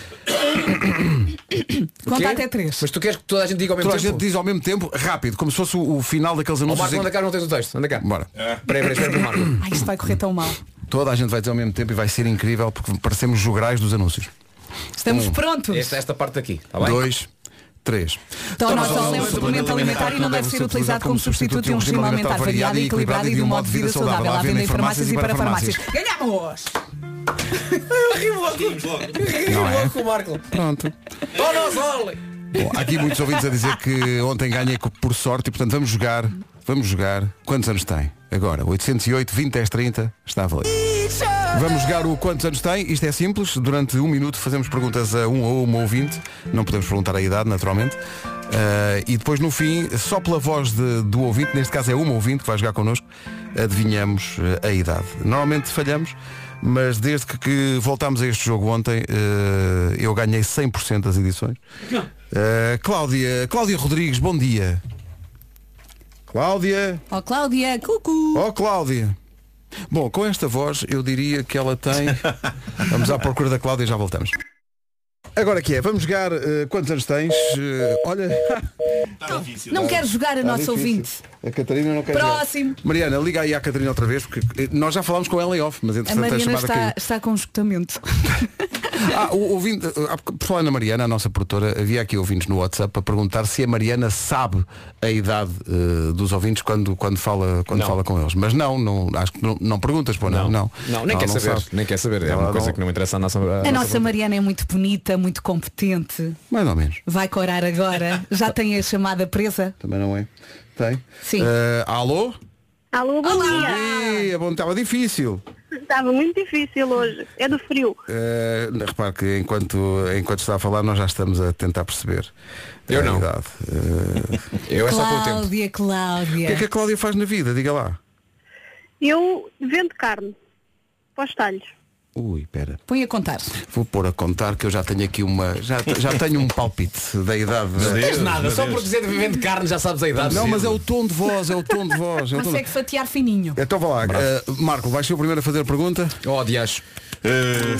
S2: Conta até três.
S1: Mas tu queres que toda a gente diga
S3: ao mesmo
S1: toda
S3: tempo?
S1: a gente diz ao mesmo tempo, rápido, como se fosse o, o final daqueles
S3: Ó,
S1: anúncios.
S3: Marco, é
S1: em que-
S3: anda cá, não tens o texto. Anda cá.
S1: Bora.
S3: Espera, espera, espera, Marco.
S2: Ai, isto vai correr tão mal.
S1: Toda a gente vai dizer ao mesmo tempo e vai ser incrível porque parecemos jograis dos anúncios.
S2: Estamos
S1: Um,
S2: prontos.
S1: Esta, parte aqui,
S8: tá
S1: Dois,
S3: (laughs)
S1: três.
S2: Tonosol é um suplemento alimentar e não deve ser utilizado como substituto de um regime alimentar variado e equilibrado e de um modo de vida saudável. À venda em farmácias e para farmácias. Ganhamos!
S3: Rio
S1: Não é?
S3: logo com o Marco.
S1: Pronto.
S3: Tonosol!
S1: Bom, há aqui muitos ouvintes a dizer que ontem ganhei co- por sorte e portanto vamos jogar. Vamos jogar. Quantos anos tem? Agora, 808, 20, 10, 30, está a valer. Vamos jogar o quantos anos tem, isto é simples, durante um minuto fazemos perguntas a um ou uma ouvinte, não podemos perguntar a idade, naturalmente, Ah, e depois no fim, só pela voz de- do ouvinte, neste caso é uma ouvinte que vai jogar connosco, adivinhamos eh, a idade. Normalmente falhamos, mas desde que, que voltámos a este jogo ontem, eh, eu ganhei 100% das edições. Ah, Cláudia, Cláudia Rodrigues, bom dia. Cláudia.
S2: Ó Oh, Cláudia, cucu.
S1: Ó Oh, Cláudia. Bom, com esta voz eu diria que ela tem. Vamos à procura da Cláudia e já voltamos. Agora que é, vamos jogar eh, quantos anos tens? Eh, olha. (laughs)
S2: Não quero jogar a
S1: Está
S2: nossa tá
S1: difícil.
S2: ouvinte.
S1: A Catarina não quer
S2: Próximo.
S1: jogar. Mariana, liga aí à Catarina outra vez, porque eh, nós já falámos com ela em off, mas
S2: A
S1: entretanto a,
S2: Mariana
S1: chamada
S2: está,
S1: caiu.
S2: está com um (laughs) esgotamento.
S8: (laughs)
S1: Ah, o, ouvinte, ah, por falar na Mariana, a nossa produtora, havia aqui ouvintes no WhatsApp a perguntar se a Mariana sabe a idade eh, dos ouvintes quando, quando, fala, quando
S8: Não.
S1: fala com eles. Mas não, não acho que não, não perguntas, pô, não. Não,
S8: Não, nem
S1: Ela
S8: quer saber.
S1: sabe.
S8: Nem quer saber. É
S1: Ela
S8: uma
S1: não-
S8: coisa que não interessa à nossa.
S2: A nossa Mariana é muito bonita, muito competente.
S1: Mais ou menos.
S2: Vai corar agora. Já tem a chamada presa?
S1: Também não é. Tem.
S2: Sim.
S1: Eh, alô?
S14: Alô, bom
S1: Bom dia. Bom, estava difícil.
S14: dia. Estava muito difícil hoje. É do frio.
S1: Eh, repare que enquanto, enquanto está a falar nós já estamos a tentar perceber. Eu não.
S8: (laughs) Eu é
S2: Cláudia,
S1: O
S2: Cláudia.
S1: que é que a Cláudia faz na vida? Diga lá.
S14: Eu vendo carne para os talhos.
S1: Ui, pera.
S2: Põe a contar.
S1: Vou pôr a contar que eu já tenho aqui uma. Já, já tenho um palpite da idade.
S3: Não
S1: da-
S3: tens nada,
S1: da-
S3: só por dizer de viver de carne já sabes a idade.
S1: Não, mas é o tom de voz, é o tom de voz. é o tom de-
S2: Consegue fatiar
S1: (laughs)
S2: fininho.
S1: Então vá lá, eh, Marco, vais ser o primeiro a fazer a pergunta?
S8: Oh, dias.
S11: Eh,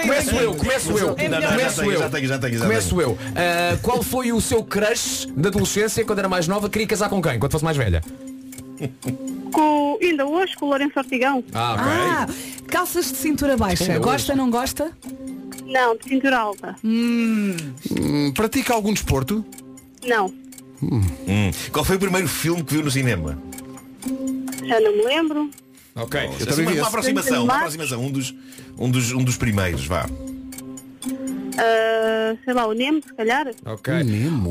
S3: Começo eu, começo eu,
S8: Não, não, já
S3: começo
S8: tenho,
S3: eu.
S8: já tenho, já tenho, já
S3: Começo
S8: tenho.
S3: eu. Ah, Qual foi o seu crush da adolescência quando era mais nova? Queria casar com quem? Quando fosse mais velha?
S14: Com, ainda hoje com o Lourenço Ortigão.
S3: Ah, ok.
S2: Ah, calças de cintura baixa.
S1: Ainda
S2: Gosta, não gosta?
S14: Não, de cintura alta.
S1: Hum, pratica algum desporto?
S14: Não.
S11: Hum. Qual foi o primeiro filme que viu no cinema?
S14: Já não me lembro.
S3: Ah.
S11: Ok.
S1: Eu
S11: Eu
S1: também
S11: também
S1: vi esse.
S11: Assim, uma, uma aproximação, uma
S14: Mas-
S11: aproximação. Um dos, um dos, um dos primeiros, vá.
S14: Ah, sei lá, o Nemo, se calhar.
S3: Ok.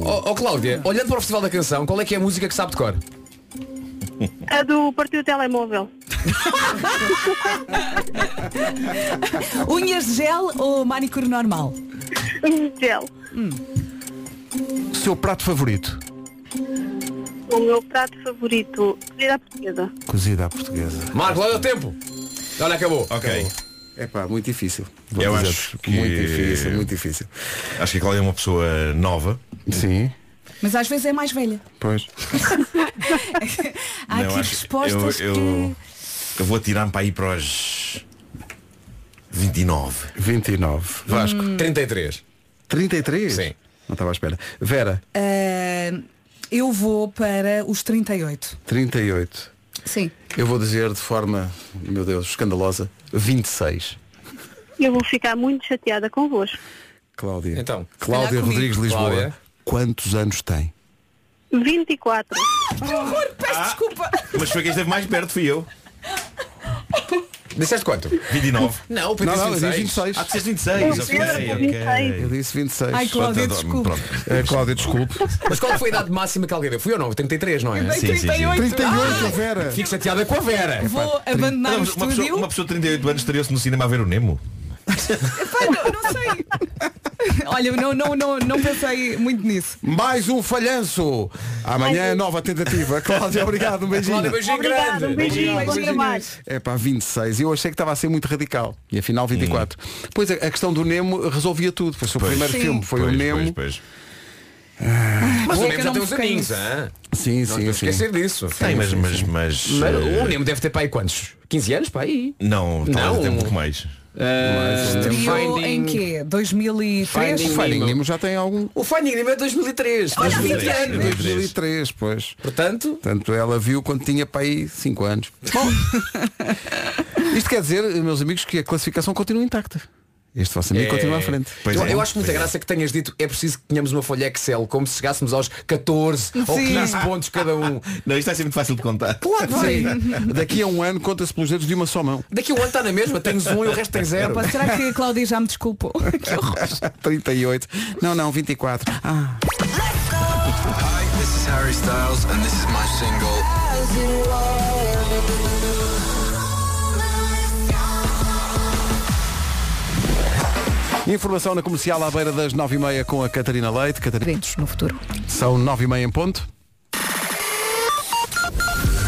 S3: Ó oh, Cláudia, olhando para o Festival da Canção, qual é que é a música que sabe de cor?
S14: A do Partido Telemóvel.
S2: Unhas de gel ou manicure normal?
S14: Unhas de Um gel.
S1: Seu prato favorito?
S14: O meu prato favorito. Comida portuguesa.
S1: Cozida à portuguesa.
S3: Marco, olha o tempo. Olha, acabou.
S11: Ok.
S1: É pá, muito difícil.
S11: eu
S1: dizer-te,
S11: acho que...
S1: muito difícil, muito difícil.
S11: Acho que a Cláudia é uma pessoa nova.
S1: Sim,
S2: Mas às vezes é mais velha.
S1: pois.
S2: Há aqui respostas
S11: eu, eu, eu vou atirar-me para ir para os 29.
S1: 29. Vasco.
S3: Hum.
S8: 33.
S1: 33? Sim. Não estava à espera. Vera,
S2: que... Ah, eu vou para os 38.
S1: 38.
S2: Sim.
S1: Eu vou dizer de forma, meu Deus, escandalosa, 26.
S14: Eu vou ficar muito chateada convosco.
S1: Cláudia.
S8: Então.
S1: Cláudia
S14: Olhar comigo.
S1: Rodrigues de Lisboa.
S8: Cláudia.
S1: Quantos anos tem?
S14: 24.
S2: Que horror, peço desculpa.
S11: Mas foi quem esteve mais perto, fui eu.
S8: Disseste quanto?
S11: 29.
S8: Não, o
S1: não,
S8: Pedro
S1: não, eu
S8: disse
S1: disse
S8: 26.
S1: 26.
S8: Ah, disseste
S11: 26,
S8: Eu ok, disse ok. 26.
S1: Eu disse 26.
S8: Ai, Cláudia,
S11: Então,
S8: Pronto, desculpe. pronto.
S1: Eh, Cláudia, desculpe.
S8: Mas qual foi a idade máxima que alguém deu? Fui ou não? 33, não é?
S2: Eu dei Sim, sim, sim. 38.
S11: 38,
S8: Ah!
S1: Vera.
S8: Fico chateada com a Vera.
S2: Vou
S11: Epá,
S2: abandonar
S11: Não,
S2: o
S11: mas Então, uma, pessoa,
S2: estúdio.
S11: uma pessoa de 38 anos estaria-se no cinema a ver o Nemo.
S2: (laughs) Epá, não, não sei. Olha, não, não, não, não pensei muito nisso.
S1: Mais um falhanço. Amanhã, é nova tentativa. (laughs) Cláudia, obrigado. Um beijinho.
S3: Cláudia, beijinho Obrigada, grande. um beijinho,
S2: Obrigado, beijinho. mais.
S1: É para 26. Eu achei que estava a ser muito radical. E afinal, 24. Pois é, a, a questão do Nemo resolvia tudo. Foi o seu
S11: Pois.
S1: primeiro
S11: Sim.
S1: filme. Foi
S11: Pois,
S1: o Nemo.
S11: pois, pois.
S3: Mas
S2: é
S1: Boa
S3: o
S1: que
S3: Nemo já
S1: não
S3: tem uns
S1: me
S3: aninhos,
S1: canso.
S3: hã?
S1: Sim, sim,
S3: não podemos
S1: sim.
S3: esquecer disso.
S11: Sim, mas- mas- mas, eh,
S3: O Nemo deve ter para aí quantos? 15 anos para aí?
S11: Não, talvez
S3: Não.
S11: até um pouco mais.
S3: Eh,
S2: Estreou em quê? 2003?
S1: já tem algum.
S3: O Finding Nemo é 2003.
S2: Olha,
S3: faz 20
S1: É,
S2: 2003.
S3: anos.
S1: 2003, pois.
S3: Portanto?
S1: Portanto, ela viu quando tinha para aí 5 anos. Bom, isto quer dizer, meus amigos, que a classificação continua intacta. Este vosso amigo
S3: É.
S1: continua à frente. Então,
S3: eu, eu acho muita graça que tenhas dito é preciso que tenhamos uma folha Excel, como se chegássemos aos 14 ou
S1: Sim.
S3: 15 pontos cada um.
S11: Não, isto vai ser muito fácil de contar.
S3: Claro que vai.
S1: Sim. Daqui a um ano conta-se pelos dedos de uma só mão.
S3: Daqui a um ano está na mesma, tens um e o resto tem zero.
S2: Pá, Será que a Cláudia já me (laughs) desculpou? Que
S1: (laughs)
S2: horror.
S1: 38. Não, não, 24. Ah.
S5: Hi, this is Harry Styles and this is my single.
S1: Informação na comercial à beira das 9h30 com a Catarina Leite. Catarina...
S12: no futuro.
S1: São 9h30 em ponto.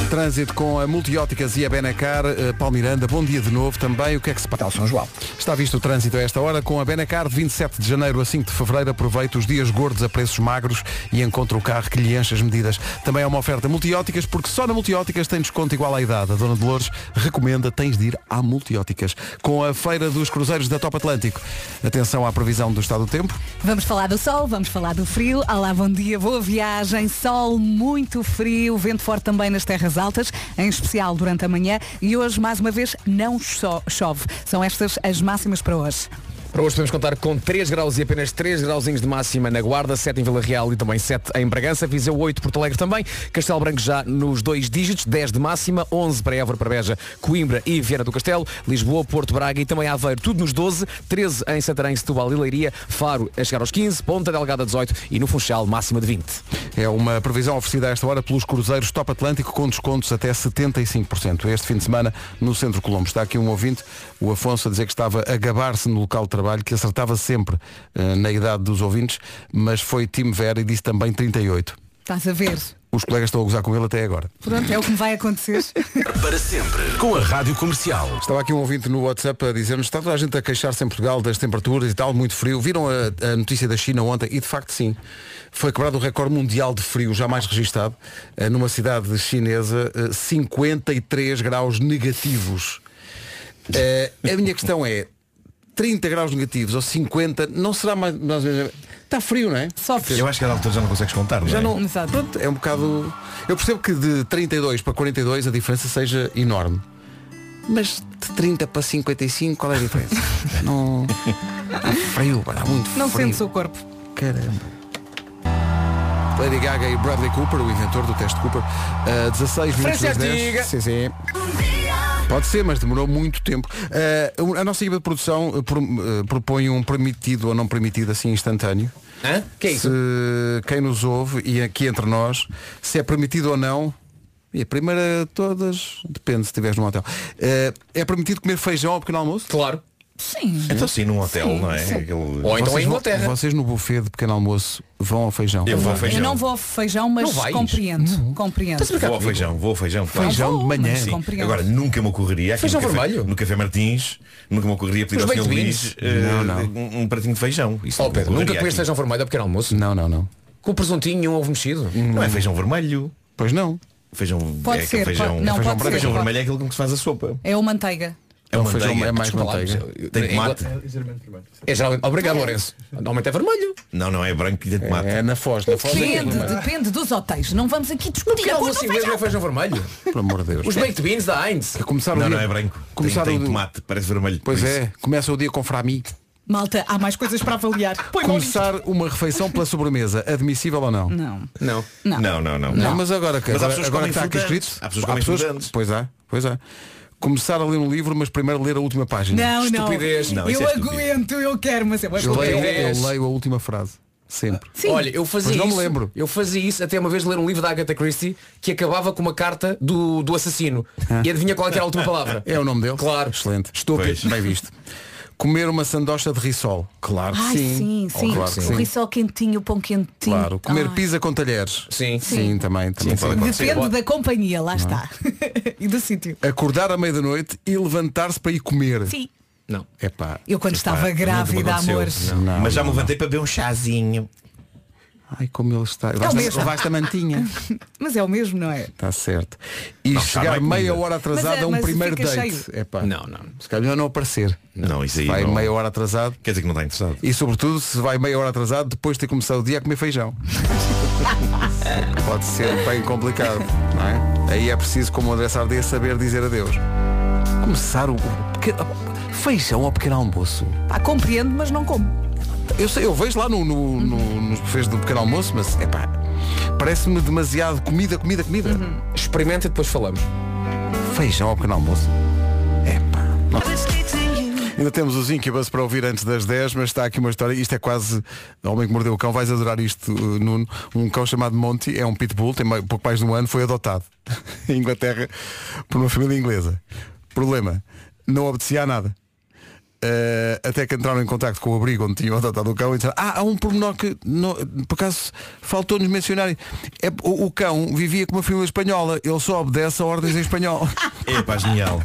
S1: Trânsito com a Multióticas e a Benacar. Eh, Paulo Miranda, bom dia de novo também. O que é que se passa? São João. Está visto o trânsito a esta hora com a Benacar de 27 de janeiro a 5 de fevereiro. Aproveita os dias gordos a preços magros e encontra o carro que lhe enche as medidas. Também é uma oferta Multióticas porque só na Multióticas tem desconto igual à idade. A Dona Dolores recomenda tens de ir à Multióticas. Com a Feira dos Cruzeiros da Top Atlântico. Atenção à previsão do estado do tempo.
S2: Vamos falar do sol, vamos falar do frio. Olá, bom dia, boa viagem. Sol muito frio, vento forte também nas terras altas, em especial durante a manhã. E hoje, mais uma vez, não cho- chove. São estas as máximas para hoje.
S8: Para hoje podemos contar com 3 graus e apenas 3 grauzinhos de máxima na Guarda, 7 em Vila Real e também 7 em Bragança, Viseu 8, Porto Alegre também, Castelo Branco já nos dois dígitos, 10 de máxima, 11 para Évora, para Beja, Coimbra e Viana do Castelo, Lisboa, Porto Braga e também Aveiro, tudo nos 12, 13 em Santarém, Setúbal e Leiria, Faro a chegar aos 15, Ponta Delgada 18 e no Funchal máxima de 20.
S1: É uma previsão oferecida a esta hora pelos cruzeiros Top Atlântico com descontos até 75%. Este fim de semana no Centro Colombo. Está aqui um ouvinte, o Afonso, a dizer que estava a gabar-se no local de trabalho, que acertava sempre eh, na idade dos ouvintes, mas foi Tim Vera e disse também 38.
S2: Estás a ver?
S1: Os colegas estão a gozar com ele até agora.
S2: Pronto, é o que me vai acontecer.
S5: Para sempre com a Rádio Comercial.
S1: Estava aqui um ouvinte no WhatsApp a dizer-nos está toda a gente a queixar-se em Portugal das temperaturas e tal, muito frio. Viram a, a notícia da China ontem? E de facto sim. Foi quebrado o recorde mundial de frio jamais registado eh, numa cidade chinesa, eh, 53 graus negativos. Eh, a minha questão é, 30 graus negativos ou 50, não será mais... mais ou menos- está frio, não é?
S2: Sofres.
S11: Eu acho que a altura já não consegues contar, não
S1: Já
S11: é?
S1: não, pronto, é um bocado. Eu percebo que de 32 para 42 a diferença seja enorme. Mas de 30 para 55, qual é a diferença? não. Há frio, pá, há muito frio.
S2: Não sentes o corpo.
S1: Caramba. Lady Gaga e Bradley Cooper, o inventor do teste Cooper, a 16 minutos
S3: Referência
S1: das 10.
S3: antiga.
S1: Sim, sim. Pode ser, mas demorou muito tempo. Ah, a nossa equipa de produção ah, pro- ah, propõe um permitido ou não permitido assim instantâneo.
S3: Hã? Que é isso?
S1: Se quem nos ouve e aqui entre nós, se é permitido ou não, e a primeira de todas, depende se estiveres num hotel. Eh, é permitido comer feijão ao pequeno almoço?
S3: Claro.
S2: Sim.
S11: Então sim, num hotel,
S2: Sim,
S11: não é?
S2: sim.
S11: Aquele-
S3: Ou então em
S1: Vocês vão-
S3: Inglaterra.
S1: Vocês no buffet de pequeno almoço vão ao feijão.
S11: Eu vou ao feijão.
S2: Eu não vou ao feijão,
S11: Não
S2: mas
S11: vais?
S2: compreendo. Compreendo.
S11: Vou ao feijão, vou ao feijão. claro.
S1: Feijão de manhã.
S11: Sim.
S2: Compreendo.
S11: Agora nunca me ocorreria aqui
S2: Feijão
S11: no café,
S2: vermelho?
S11: No Café Martins, nunca me ocorreria
S3: Os
S11: pedir ao Sr.
S3: baked
S11: Luís eh,
S1: Não, não.
S11: Um, um pratinho de feijão. Isso
S3: Ó
S11: nunca
S3: Pedro,
S11: me
S3: nunca
S11: ocorreria
S3: comeste
S11: aqui.
S3: feijão vermelho ao pequeno almoço?
S1: Não, não, não.
S3: Com presuntinho e um ovo mexido?
S11: Não é feijão vermelho.
S1: Pois não.
S11: Feijão
S2: Pode
S11: é aquele
S2: ser,
S11: feijão,
S2: pode-
S11: feijão,
S2: não, pode
S11: branco.
S2: ser,
S11: feijão
S2: pode.
S11: vermelho é aquilo com que se faz a sopa.
S2: É o manteiga.
S11: É uma manteiga.
S1: feijão, é mais
S11: Desculpa lá,
S1: manteiga.
S11: mas Tem tomate.
S3: É geralmente... Obrigado, Lourenço. Normalmente é vermelho.
S11: Não, não, é branco e tem tomate.
S1: É na Foz. Na Foz é que é assim,
S2: Depende,
S1: vermelho.
S2: depende dos hotéis. Não vamos aqui discutir
S3: Pequeno
S2: assim. a cor
S3: almoço
S2: do
S3: inglês não é
S2: feijão.
S3: feijão vermelho.
S1: Pelo amor de Deus.
S3: Os baked beans da Heinz.
S1: Começar o
S11: Não,
S1: dia-
S11: não, é branco. Tem-
S1: Começar
S11: tem,
S1: o dia-
S11: tomate, parece vermelho.
S1: Pois
S11: Por
S1: é,
S11: isso.
S1: começa o dia com frami.
S2: Malta, há mais coisas para avaliar. Põe
S1: Começar uma refeição pela sobremesa, admissível ou não?
S2: Não.
S3: Não.
S2: Não.
S11: Não, não, não.
S1: Não, mas agora, que-
S11: Mas há
S1: agora,
S11: pessoas
S1: agora
S11: que comem
S1: que está aqui
S11: fruta
S1: escrito.
S11: antes. Há pessoas que comem fruta antes.
S1: Pois há, pois há. Começar a ler um livro, mas primeiro ler a última página.
S2: Não, não.
S3: Estupidez.
S11: Não, isso
S2: eu
S11: é estúpido.
S2: aguento, eu quero, mas é uma
S1: Eu leio,
S2: estupidez.
S1: eu leio a última frase. Sempre.
S2: Sim.
S3: Olha, eu fazia
S1: Pois não me
S3: isso.
S1: lembro.
S3: Eu fazia isso até uma vez ler um livro da Agatha Christie que acabava com uma carta do,
S11: Ah.
S3: do assassino. E adivinha qual é que era a última palavra?
S1: Ah. É o nome dele?
S3: Claro.
S1: Excelente. Estúpido.
S11: Pois.
S1: Bem visto. comer uma sandocha de rissol. Claro
S2: Ai, sim, sim.
S1: Oh, claro que
S2: O
S1: sim.
S2: risol quentinho, o pão quentinho.
S1: Claro. Comer
S2: Ai.
S1: pizza com talheres. Sim. Sim,
S2: Sim.
S1: também. também pode acontecer.
S2: Depende da companhia,
S1: é?
S2: lá está. (laughs) e do sítio.
S1: Acordar à meia-noite e levantar-se para ir comer.
S2: Sim.
S1: Não. É pá.
S2: Eu quando estava grávida, amores.
S11: Mas já me levantei para beber um chazinho.
S1: Ai, como ele está.
S2: É o
S1: Levaste
S2: mesmo.
S1: levaste a
S2: (laughs)
S1: mantinha.
S2: Mas é o mesmo, não é?
S1: Está Tá certo. E
S11: Não, está
S1: chegar
S11: bem
S1: meia
S11: comida.
S1: hora atrasado
S2: Mas é-
S1: a um
S2: mas
S1: primeiro
S2: fica
S1: date.
S2: cheio.
S1: Epá. Não, não. Se calhar melhor não aparecer.
S11: Não, isso aí.
S1: Vai
S11: não-
S1: meia hora atrasado.
S11: Quer dizer que não está interessado.
S1: E sobretudo se vai meia hora atrasado depois de ter começado o dia a comer (laughs) feijão. Pode ser bem complicado, não é? Aí é preciso, como o André Sardê, saber dizer adeus. Começar o, o pequeno- feijão ao pequeno almoço.
S2: Pá, compreendo, mas não como.
S1: Eu, sei, eu vejo lá no, no, no- nos bufês do pequeno almoço, mas é pá, parece-me demasiado comida, comida, comida. Uhum. Experimenta e depois falamos. Feijão ao pequeno almoço. É pá. Ainda temos os Incubus para ouvir antes das 10, mas está aqui uma história, isto é quase Homem que Mordeu o Cão, vais adorar isto, uh, Nuno. Um cão chamado Monty, é um pitbull, tem meio- pouco mais de um ano, foi adotado (laughs) em Inglaterra por uma família inglesa. Problema, não obedecia a nada. Uh, até que entraram em contacto com o abrigo onde tinham adotado o cão e disseram, ah, há um pormenor que não- por acaso faltou-nos mencionar. É, o, o cão vivia com uma família espanhola, ele só obedece a ordens em
S11: (laughs)
S1: espanhol.
S11: É pá, (laughs) genial.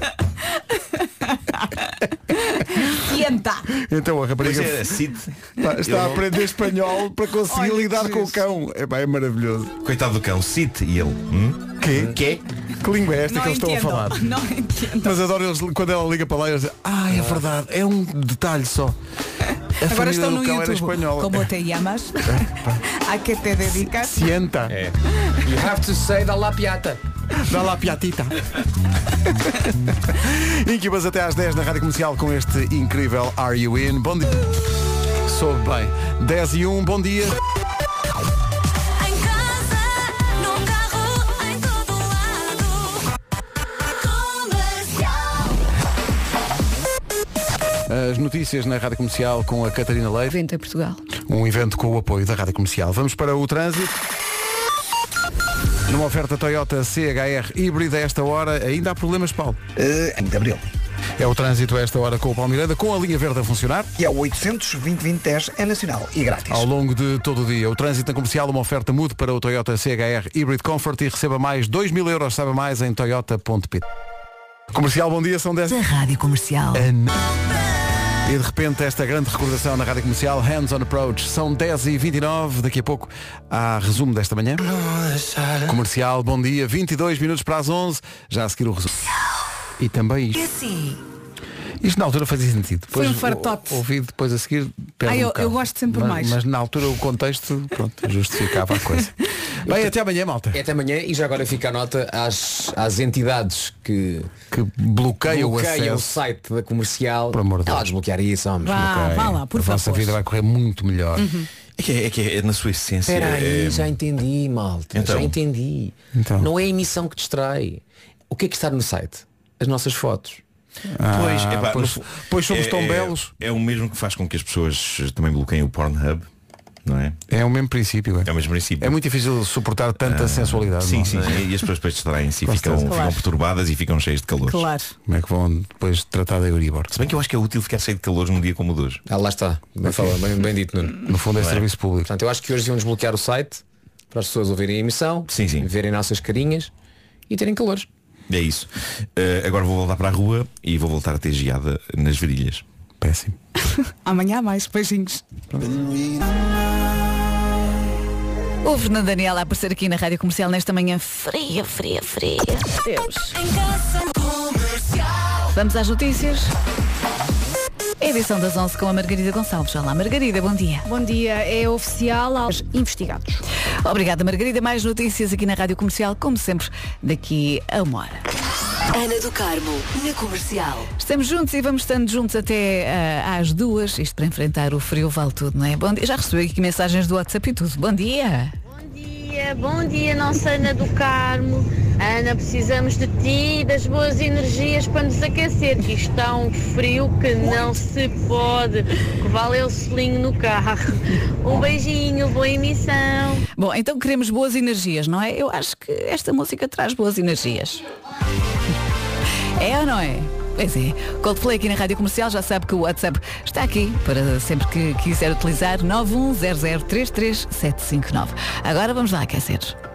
S2: Quienta.
S1: Então a rapariga
S11: Pois é, Cid.
S1: Pá, está
S11: Eu
S1: a
S11: não-
S1: aprender espanhol para conseguir lidar com o cão. É, pá, é maravilhoso.
S11: Coitado do cão, Cite e ele. Hum?
S1: Que?
S11: Que?
S1: Que língua é esta que eles estão a falar?
S2: Não entendo.
S1: Mas adoro eles, quando ela liga para lá, eles dizem, ah, é verdade, é um detalhe só. A
S2: Agora
S1: família
S2: estão
S1: do
S2: no
S1: cão era
S2: YouTube.
S1: espanhola. É
S2: Como te
S1: (laughs)
S2: llamas? A que te dedicas?
S1: Sienta.
S11: É.
S8: You have to say da la piata.
S1: Dá lá a (laughs) piatita. Incubas até às 10 na Rádio Comercial com este incrível Are You In? Bom dia. Soube bem. 10 e 1, bom dia. As notícias na Rádio Comercial com a Catarina Leite.
S12: Vento em Portugal.
S1: Um evento com o apoio da Rádio Comercial. Vamos para o trânsito. Numa oferta Toyota CHR híbrida a esta hora, ainda há problemas, Paulo?
S7: Uh, de abril.
S1: É o trânsito a esta hora com o Palmeiranda, com a linha verde a funcionar.
S7: E é o 820-2010, é nacional e grátis.
S1: Ao longo de todo o dia, o trânsito na comercial, uma oferta mude para o Toyota CHR Hybrid Comfort e receba mais 2 mil euros, saiba mais em toyota.pt. Comercial, bom dia, são 10.
S4: Da Rádio Comercial.
S15: É.
S1: E de repente esta grande recordação na Rádio Comercial, Hands on Approach, são 10h29, daqui a pouco há resumo desta manhã. Comercial, bom dia, 22 minutos para as 11, já a seguir o resumo. E também isto. Isto na altura fazia sentido.
S2: Foi assim? um
S1: Depois,
S2: fartote.
S1: o- Ouvi depois a seguir. perde
S2: Ah, eu-
S1: um bocado.
S2: eu gosto sempre
S1: Mas-
S2: mais.
S1: Mas na altura o contexto pronto, justificava a
S2: (laughs)
S1: coisa. Bem, até amanhã, malta.
S8: É até amanhã e já agora fica a nota às, às entidades que,
S1: que bloqueiam,
S8: o,
S1: o acesso.
S8: site da comercial. Por
S1: amor de
S8: Deus. desbloquear isso, homens.
S2: Vá,
S8: Bloqueiem.
S2: vá lá, por
S8: A vossa
S2: favor. Uhum.
S1: vida vai correr muito melhor.
S11: É que é, é que é- é na sua essência.
S8: Espera
S11: é-
S8: aí, já entendi, malta.
S11: Então.
S8: Já entendi.
S1: Então.
S8: Não é a emissão que distrai. O que é que está no site? As nossas fotos.
S11: Pois,
S1: Ah,
S11: epá,
S1: pois-
S11: é, no-
S1: pois somos
S11: é-
S1: tão
S11: é-
S1: belos.
S11: É o mesmo que faz com que as pessoas também bloqueiem o Pornhub, não é?
S1: É o mesmo princípio. É,
S11: o mesmo princípio.
S1: É muito difícil suportar tanta sensualidade.
S11: Ah, Sim,
S1: não é?
S11: sim, sim. E as pessoas depois distraem-se e
S1: Com
S11: ficam,
S1: certeza.
S11: ficam
S1: Claro.
S11: perturbadas e ficam cheias de calor.
S2: Claro.
S1: Como é que vão depois tratar da Euribor?
S11: Se bem que eu acho que é útil ficar cheio de calor num dia como o de hoje.
S8: Ah, lá está. Bem, fala, bem, bem dito, Nuno.
S1: No fundo é
S8: Não
S1: serviço público.
S8: Portanto, eu acho que hoje iam desbloquear o site para as pessoas ouvirem a emissão, verem nossas carinhas e terem calores.
S11: É isso. Uh, agora vou voltar para a rua e vou voltar a ter geada nas virilhas.
S1: Péssimo.
S2: Amanhã há mais. Beijinhos.
S16: Ouves na Daniela a aparecer aqui na Rádio Comercial nesta manhã fria, fria, fria. Deus. Vamos às notícias. Edição das 11 com a Margarida Gonçalves. Olá, Margarida, bom dia.
S17: Bom dia, é oficial aos investigados.
S16: Obrigada, Margarida. Mais notícias aqui na Rádio Comercial, como sempre, daqui a uma hora.
S4: Ana do Carmo, na comercial.
S16: Estamos juntos e vamos estando juntos até ah, às duas. Isto para enfrentar o frio vale tudo, não é? Bom dia. Já recebi aqui mensagens do WhatsApp e tudo. Bom dia.
S15: dia, bom dia, nossa Ana do Carmo. Ana, precisamos de ti, e das boas energias para nos aquecer, que está um frio que não se pode. Que vale o selinho no carro. Um beijinho, boa emissão.
S16: Bom, então queremos boas energias, não é? Eu acho que esta música traz boas energias. (laughs) É ou não é? Pois é. Coldplay aqui na Rádio Comercial já sabe que o WhatsApp está aqui para sempre um que quiser utilizar 910033759. Agora vamos lá aquecer.